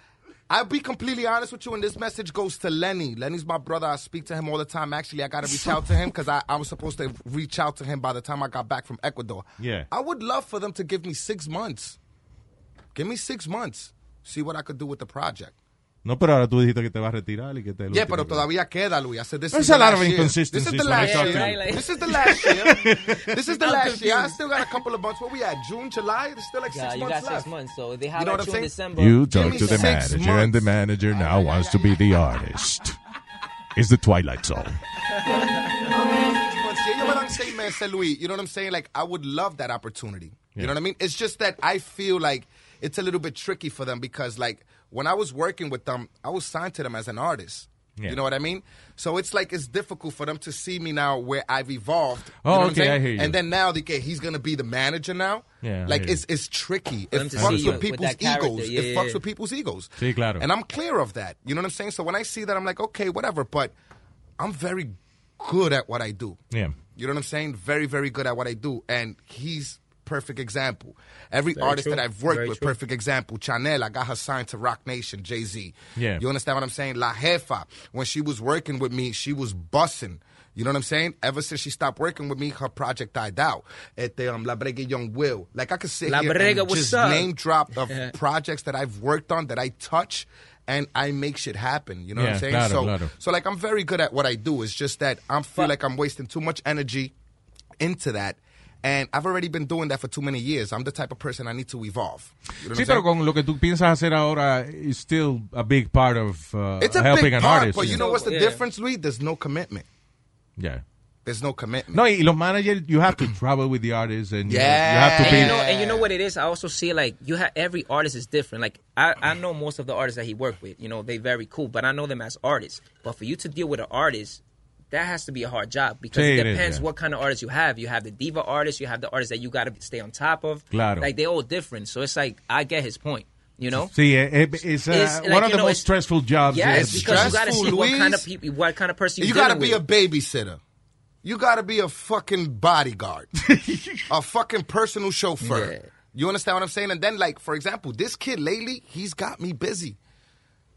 S7: I'll be completely honest with you, and this message goes to Lenny. Lenny's my brother. I speak to him all the time. Actually, I got to reach out to him because I, I was supposed to reach out to him by the time I got back from Ecuador.
S4: Yeah.
S7: I would love for them to give me six months. Give me six months. See what I could do with the project.
S4: No, pero ahora tú dijiste que te vas a retirar y que te.
S7: Yeah, pero todavía queda, Luis. I said this
S4: There's
S7: is the
S4: a lot
S7: last
S4: of
S7: year.
S4: inconsistencies
S7: This is the
S4: when I
S7: last
S4: talk
S7: year.
S4: to
S6: you.
S7: This is the
S4: *laughs*
S7: last year. This is the last year. I still got a couple of months. Where we at? June, July? There's still like
S6: Yeah,
S7: six
S6: you
S7: months
S6: got
S7: left.
S6: six months. So if they
S7: know
S6: holler
S7: what
S6: at
S7: I'm
S6: you in
S7: saying?
S6: December,
S7: talk me to the six manager, and the months.
S4: manager now wants to be the artist. It's the Twilight Zone.
S7: months. Yeah, you know what I'm saying, man, Saint Louis. You know what I'm saying? Like, I would love that opportunity.
S4: Yeah.
S7: You know what I mean? It's just that I feel like it's a little bit tricky for them because, like, when I was working with them, I was signed to them as an artist.
S4: Yeah.
S7: You know what I mean? So it's like it's difficult for them to see me now where I've evolved.
S4: Oh,
S7: you know what I'm
S4: okay,
S7: saying?
S4: I hear you.
S7: And then now they get, he's gonna be the manager now.
S4: Yeah, I
S7: like
S4: hear you.
S7: it's it's tricky.
S6: them
S7: It
S6: to
S7: fucks
S6: see
S7: with
S6: you with
S7: people's
S6: that character,
S7: egos.
S6: yeah,
S7: it
S6: yeah,
S7: fucks
S6: yeah.
S7: with people's egos.
S4: Sí, claro.
S7: And I'm clear of that. You know what I'm saying? So when I see that, I'm like, okay, whatever. But I'm very good at what I do.
S4: Yeah.
S7: You know what I'm saying? Very, very good at what I do. And he's perfect example. Every artist
S6: true.
S7: that I've worked
S6: Very
S7: with,
S6: true.
S7: perfect example. Chanel, I got her signed to Rock Nation, Jay Z.
S4: Yeah.
S7: You understand what I'm saying? La Jefa, when she was working with me, she was bussing. You know what I'm saying? Ever since she stopped working with me, her project died out. At the um, La Brega Young Will. Like I could sit
S6: La
S7: here
S6: Brega,
S7: and
S6: what's
S7: just
S6: up?
S7: name drop of projects that I've worked on that I touch and I make shit happen. You know what
S4: Yeah,
S7: I'm saying?
S4: claro,
S7: so
S4: claro.
S7: so like I'm very good at what I do. It's just that I feel
S6: But-
S7: like I'm wasting too much energy into that. And I've already been doing that for too many years. I'm the type of person I need to evolve. You know what
S4: Sí,
S7: I'm
S4: pero
S7: saying?
S4: con lo que tú piensas hacer ahora is still a big part of uh,
S7: it's a
S4: helping
S7: big
S4: an
S7: part,
S4: artist.
S7: but you know what's the
S6: Yeah.
S7: difference, Louis? There's no commitment.
S4: Yeah.
S7: There's no commitment.
S4: No, y los managers, you have to travel with the artists and you know, you, have to
S6: And
S4: be.
S6: you know, and you know what it is. I also see like you have every artist is different. Like I, I know most of the artists that he worked with. You know, they very cool, but I know them as artists. But for you to deal with an artist, that has to be a hard job because
S4: Yeah,
S6: it
S4: it is,
S6: depends
S4: yeah.
S6: what kind of artist you have. You have the diva artist, you have the artist that you got to stay on top of.
S4: Claro.
S6: Like they all different. So it's like I get his point. You know.
S4: Sí, eh, eh, it's, uh,
S6: It's like,
S4: one of
S6: you
S4: the
S6: know,
S4: most
S6: it's-
S4: stressful jobs.
S6: Yes,
S4: ever.
S6: because you got to
S7: Stressful,
S6: see what kind of
S7: Luis.
S6: people, what kind of person
S7: You
S6: you
S7: gotta
S6: dealing
S7: be
S6: with.
S7: a babysitter. You gotta be a fucking
S6: *laughs*
S7: bodyguard, a fucking personal chauffeur.
S6: Yeah.
S7: You understand what I'm saying? And then, like for example, this kid lately, he's got me busy.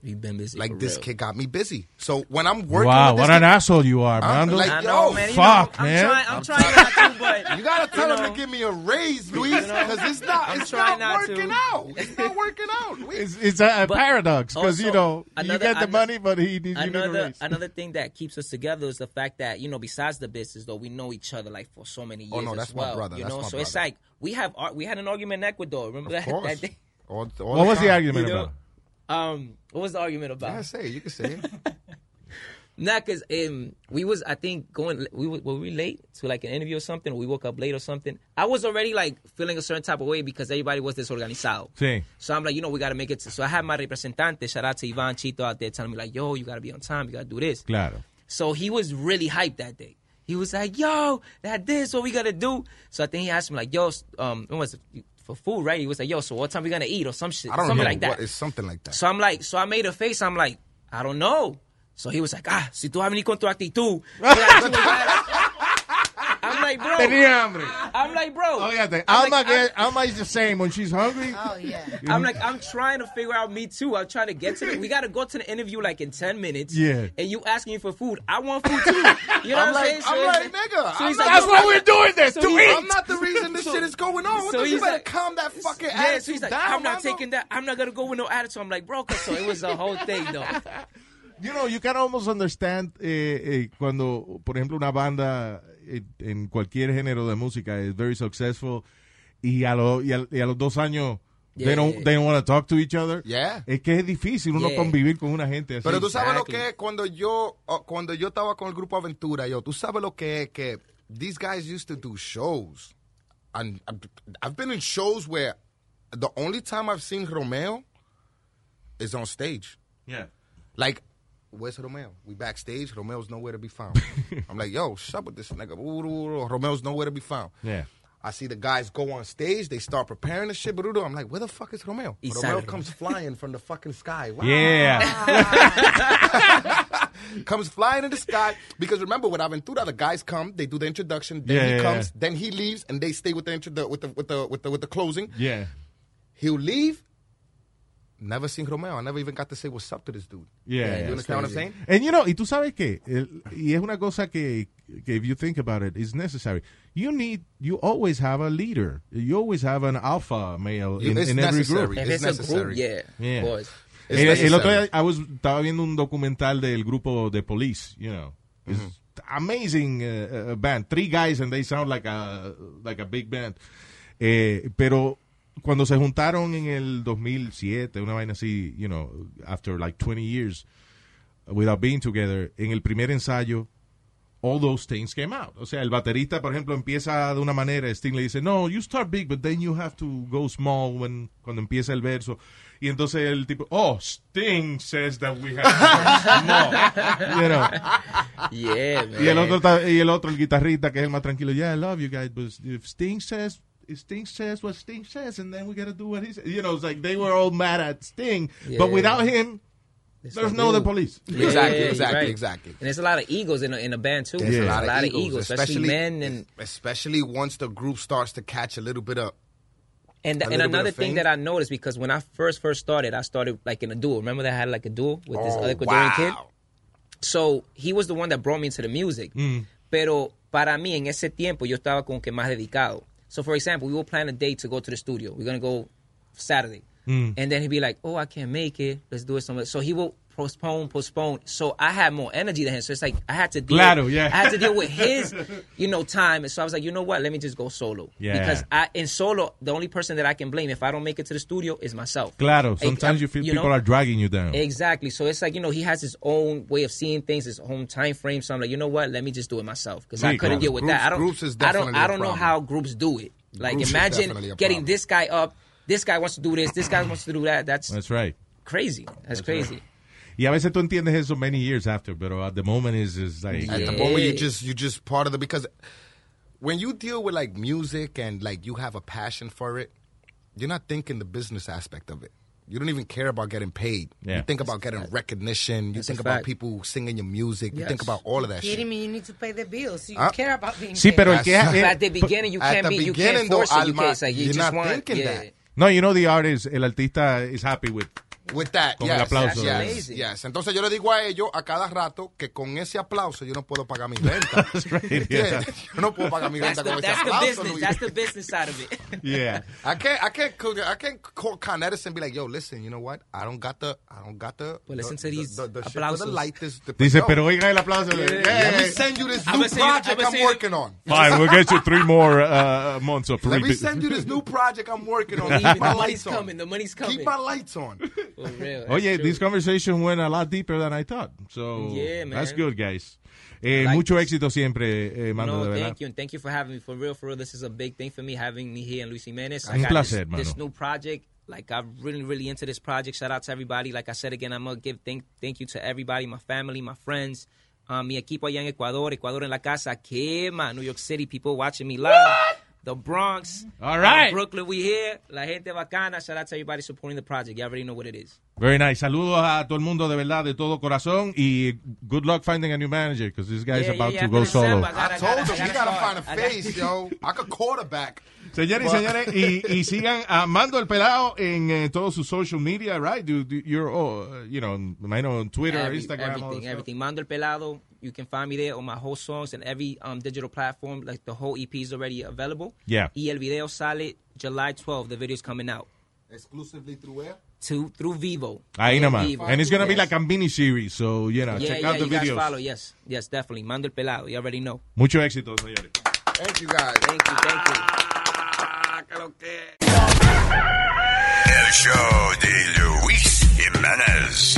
S6: You've been busy.
S7: Like
S6: for
S7: this
S6: real.
S7: kid got me busy. So when I'm working,
S4: Wow,
S7: with
S4: what
S7: this
S4: an
S7: kid,
S4: asshole you are,
S7: I'm
S4: man.
S7: like-
S6: I know,
S7: Yo,
S6: man. You
S4: fuck,
S6: know,
S4: man.
S6: I'm trying. I'm trying not to, but
S7: *laughs* You gotta tell
S6: you
S7: him
S6: know.
S7: to give me a raise, Luis, because it's not,
S6: I'm
S7: it's
S6: trying
S7: not,
S6: not to.
S7: working out.
S6: *laughs*
S7: It's not working out. Luis.
S4: It's, it's a, a
S6: But
S4: paradox because you
S6: also,
S4: know you
S6: another-
S4: get the
S6: ano-
S4: money, but he you need a *laughs*
S6: another
S4: raise.
S6: another thing that keeps us together is the fact that you know besides the business though we know each other like for so many years
S7: Oh, no, that's
S6: as
S7: my
S6: well
S7: brother.
S6: you
S7: That's
S6: know
S7: my
S6: so it's
S7: brother.
S6: like we have ar- we had an argument in Ecuador remember
S7: Of
S6: that, *laughs*
S7: course.
S6: that day
S7: All- all
S4: What was the
S7: time.
S4: argument
S6: You know,
S4: about?
S6: um what was the argument about
S7: I say you can say it.
S6: Nah, cause um, we was I think going we were, were we late to like an interview or something. Or we woke up late or something. I was already like feeling a certain type of way because everybody was desorganizado.
S4: Sí.
S6: So I'm like, you know, we gotta make it. so I had my representante, shout out to Ivan Chito out there, telling me like, yo, you gotta be on time, you gotta do this.
S4: Claro.
S6: So he was really hyped that day. He was like, "Yo, that this what we gonna do?" So I think he asked me like, "Yo, s- um, what was it? for food, right?" He was like, "Yo, so what time we gonna eat or some *laughs* shit,
S7: I don't
S6: something
S7: know
S6: like that."
S7: what it's something like that.
S6: So I'm like, so I made a face. I'm like, I don't know. So he was like, ah, si tú vas a venir con tu
S7: *laughs*
S6: actitud. I'm like, bro.
S4: Tenía hambre.
S6: I'm like, bro.
S4: Oh,
S7: Oh,
S4: Fíjate,
S6: I'm
S4: Alma,
S6: like,
S4: que-
S6: I'm,
S4: Alma is the same. When she's hungry,
S5: Oh, yeah.
S6: I'm like, I'm trying to figure out me too. I'm trying to get to it. We got to go to the interview like in 10 minutes.
S4: Yeah.
S6: And you asking me for food. I want food too. You know what I'm
S7: I'm
S6: saying?
S7: like,
S6: So
S7: I'm
S6: it's-
S7: like, nigga.
S6: so
S7: I'm
S6: he's
S7: not-
S6: like,
S4: that's why we're doing this to
S6: So he-
S4: eat.
S7: I'm not the reason this shit is going on.
S6: *laughs*
S7: What
S6: so
S7: the, you
S6: he's
S7: better
S6: like-
S7: calm that fucking
S6: yeah,
S7: attitude
S6: so he's like,
S7: down,
S6: I'm not
S7: mano.
S6: taking that. I'm not going to go with no attitude. I'm like, bro, 'cause so it was the whole thing though.
S4: You know, you can almost understand eh, eh, cuando, por ejemplo, una banda eh, en cualquier género de música es very successful y a, lo- y a, y a los dos años they
S6: Yeah.
S4: don't, they don't want to talk to each other.
S7: Yeah.
S4: Es que es difícil uno
S6: Yeah.
S4: convivir con una gente así.
S7: Pero tú sabes lo
S6: Exactly.
S7: que es cuando yo oh, cuando yo estaba con el grupo Aventura, yo, tú sabes lo que es que these guys used to do shows. And and I've been in shows where the only time I've seen Romeo is on stage.
S4: Yeah.
S7: *laughs* Like, where's Romeo? We backstage. Romeo's nowhere to
S4: *laughs*
S7: be found. I'm like, yo, shut up with this nigga. Ooh, ooh, ooh. Romeo's nowhere to be found.
S4: Yeah.
S7: I see the guys go on stage. They start preparing the shit. But ooh, ooh, I'm like, where the fuck is Romeo?
S6: He's
S7: Romeo
S6: silent.
S7: comes flying from the fucking
S4: *laughs*
S7: sky. Wow.
S4: Yeah.
S7: Comes flying in the sky. Because remember, with Aventura, the guys come. They do the introduction. Then
S4: Yeah,
S7: he
S4: yeah,
S7: comes.
S4: yeah.
S7: Then he leaves, and they stay with the intro- the- with the with the with the with the closing.
S4: Yeah.
S7: He'll leave. Never seen Romeo. I never even got to say what's up to this dude.
S4: Yeah, yeah,
S7: you
S4: it's
S7: understand what I'm saying?
S4: And you know, y tú sabes que, el- y es una cosa que, que if you think about it, is necessary. You need, you always have a leader. You always have an alpha male in,
S7: It's
S4: in every group.
S7: necessary.
S6: If
S7: It's
S6: it's, a group,
S7: necessary.
S6: yeah.
S4: Yeah.
S6: Of course.
S7: It's
S4: El, el
S7: necessary.
S4: otro día I was, estaba viendo un documental del grupo de Police, you know. It's amazing uh, uh, band. Three guys and they sound like a, like a big band. Eh, pero cuando se juntaron en el 2007, una vaina así, you know, after like 20 years without being together, en el primer ensayo, all those things came out. O sea, el baterista, por ejemplo, empieza de una manera, Sting le dice, no, you start big, but then you have to go small when, cuando empieza el verso. Y entonces el tipo, oh, Sting says that we have to go small. *laughs* You know.
S7: *laughs*
S6: Yeah, man.
S4: y, el otro, ta- y el otro, el guitarrista, que es el más tranquilo, yeah, I love you guys, but if Sting says, if Sting says what Sting says, and then we gotta do what he says. You know, it's like they were all mad at Sting, but
S6: Yeah.
S4: without him, there's no the police.
S6: Yeah,
S7: Exactly,
S6: yeah, yeah,
S7: exactly,
S6: right.
S7: exactly.
S6: And there's a lot of egos in a, in a band too.
S7: There's
S4: Yeah.
S7: a lot, of, egos,
S6: especially, men and
S7: especially once the group starts to catch a little bit of
S6: and,
S7: a
S6: and
S7: little bit
S6: another
S7: of
S6: thing
S7: fame.
S6: that I noticed because when I first first started, I started like in a duo. Remember that I had like a duo with this
S7: oh,
S6: other Ecuadorian
S7: wow.
S6: kid. So he was the one that brought me into the music.
S4: Mm.
S6: Pero para mí en ese tiempo yo estaba como que más dedicado. So for example, we will plan a day to go to the studio. We're gonna go Saturday,
S4: Mm.
S6: and then he'd be like, "Oh, I can't make it. Let's do it some." other-" So he will postpone, postpone. So I had more energy than him. So it's like I had to deal.
S4: Claro, yeah.
S6: I had to deal
S4: *laughs*
S6: with his, you know, time. And so I was like, you know what? Let me just go solo.
S4: Yeah.
S6: Because I in solo, the only person that I can blame if I don't make it to the studio is myself.
S4: Claro,
S6: Like,
S4: sometimes
S6: I'm-
S4: you feel
S6: know?
S4: people are dragging you down.
S6: Exactly. So it's like you know he has his own way of seeing things, his own time frame. So I'm like, you know what? Let me just do it myself because I
S4: Yeah,
S6: couldn't
S4: groups-
S6: deal with
S7: groups-
S6: that. I don't.
S7: groups is
S6: I don't.
S7: definitely a
S6: I don't know
S7: problem.
S6: how groups do it. Like
S7: Groups is definitely
S6: imagine
S7: a
S6: getting
S7: problem.
S6: this guy up. This guy wants to do this. This guy wants to do that. That's,
S4: That's right.
S6: crazy. That's,
S7: *laughs*
S6: crazy.
S4: Y a veces tú entiendes eso many years after, pero at the moment is is like
S7: At the
S6: Yeah.
S7: moment, you just you just part of the because when you deal with like music and like you have a passion for it, you're not thinking the business aspect of it. You don't even care about getting paid.
S4: Yeah.
S7: You think about getting recognition. You
S6: That's
S7: think
S6: a
S7: about
S6: fact.
S7: people singing your music. You
S6: Yes.
S7: think about all of that
S5: Kidding
S7: shit.
S5: me, you need to pay the bills. You
S7: Ah.
S5: care about being
S4: Sí,
S5: paid.
S4: pero el que
S7: That's-
S6: But
S4: eh,
S6: at the beginning, you
S7: at
S6: can't
S7: the
S6: be. You can't
S7: beginning, though,
S6: force it. You
S7: Alma,
S6: can't. It's like you
S7: you're
S6: just
S7: not
S6: want.
S7: thinking
S6: yeah.
S7: that.
S4: No, you know the artist, el artista is happy with.
S7: With that,
S4: Con el
S7: yes,
S4: aplauso.
S7: yes,
S6: Amazing.
S7: yes. Entonces yo le digo a ellos a cada rato que con ese aplauso yo no puedo pagar
S4: *laughs*
S7: mi renta.
S4: right, yeah.
S7: ¿Entiendes? Yo no puedo pagar mi
S6: That's
S7: renta
S6: the,
S7: con ese
S6: that's the
S7: aplauso.
S6: business.
S7: Luis.
S6: That's the business side of
S7: *laughs*
S6: it. *laughs*
S4: Yeah.
S7: I can't, I can't, cook- I can't call Con Edison and be like, yo, listen, you know what? I don't got the, I don't got the.
S6: Well,
S7: the-
S6: Pues listen to
S7: the-
S6: these
S7: the, the, shit for the
S6: aplausos.
S7: light. This, the,
S4: Dice,
S7: yo,
S4: pero oiga el aplauso.
S7: Let me
S4: Yeah.
S7: send you this
S6: I'ma
S7: new
S6: send you- I'ma
S7: project I'm
S6: send you-
S7: working on.
S4: Fine, we'll get you three more uh, months of free.
S7: Let me send you this new project I'm
S6: *laughs*
S7: working on.
S6: Believe
S7: Keep
S6: me,
S7: my
S6: the money's
S7: lights on.
S6: coming. The money's coming.
S7: Keep my lights on.
S6: For real.
S4: Oh
S6: That's
S4: yeah,
S6: true.
S4: this conversation went a lot deeper than I thought. So
S6: Yeah, man.
S4: that's good, guys. Eh,
S6: like
S4: mucho
S6: this.
S4: éxito siempre, eh, Mando,
S6: No,
S4: de verdad.
S6: thank you, and thank you for having me. For real, for real, this is a big thing for me having me here in Luis Jimenez. I
S4: Un
S6: got this-
S4: placer,
S6: this,
S4: mano.
S6: new project, like I'm really, really into this project. Shout out to everybody. Like I said again, I'm gonna give thank thank you to everybody, my family, my friends. Uh, mi equipo allá en Ecuador, Ecuador en la casa, quema. New York City, people watching me live. The Bronx.
S4: All right.
S6: Uh, Brooklyn, we here. La gente bacana. Shout out to everybody supporting the project. You already know what it is.
S4: Very nice. Saludos a todo el mundo de verdad, de todo corazón. Y good luck finding a new manager, because this guy is
S6: Yeah, yeah,
S4: about
S6: yeah,
S4: to
S6: after
S4: go
S6: December,
S4: solo.
S6: I gotta-
S7: I told
S6: I
S7: him,
S6: gotta
S7: you gotta
S6: start.
S7: find a
S6: I gotta-
S7: face, yo. I could quarterback.
S4: Señores y señores, y,
S6: *laughs*
S4: y sigan amando el pelado en eh, todos sus social media, right? You, you- you're, all, uh, you know, me imagino en Twitter,
S6: Every-
S4: Instagram, all that
S6: everything,
S4: stuff.
S6: everything. Mando el Pelado. You can find me there on my whole songs and every um, digital platform. Like the whole EP is already available.
S4: Yeah.
S6: Y el video sale July 12th. The video's coming out
S7: Exclusively through air.
S6: to through Vivo.
S4: Ahí
S6: En
S4: nomás.
S6: Vivo.
S4: And it's gonna be
S6: Yes.
S4: like a mini series, so, you know,
S6: Yeah,
S4: check
S6: yeah,
S4: out the
S6: you guys follow.
S4: videos.
S6: Yes, yes, definitely. Mando el Pelado. You already know.
S4: Mucho éxito, señores.
S7: Thank you guys.
S6: Thank you, thank you.
S1: El show de Luis Jiménez.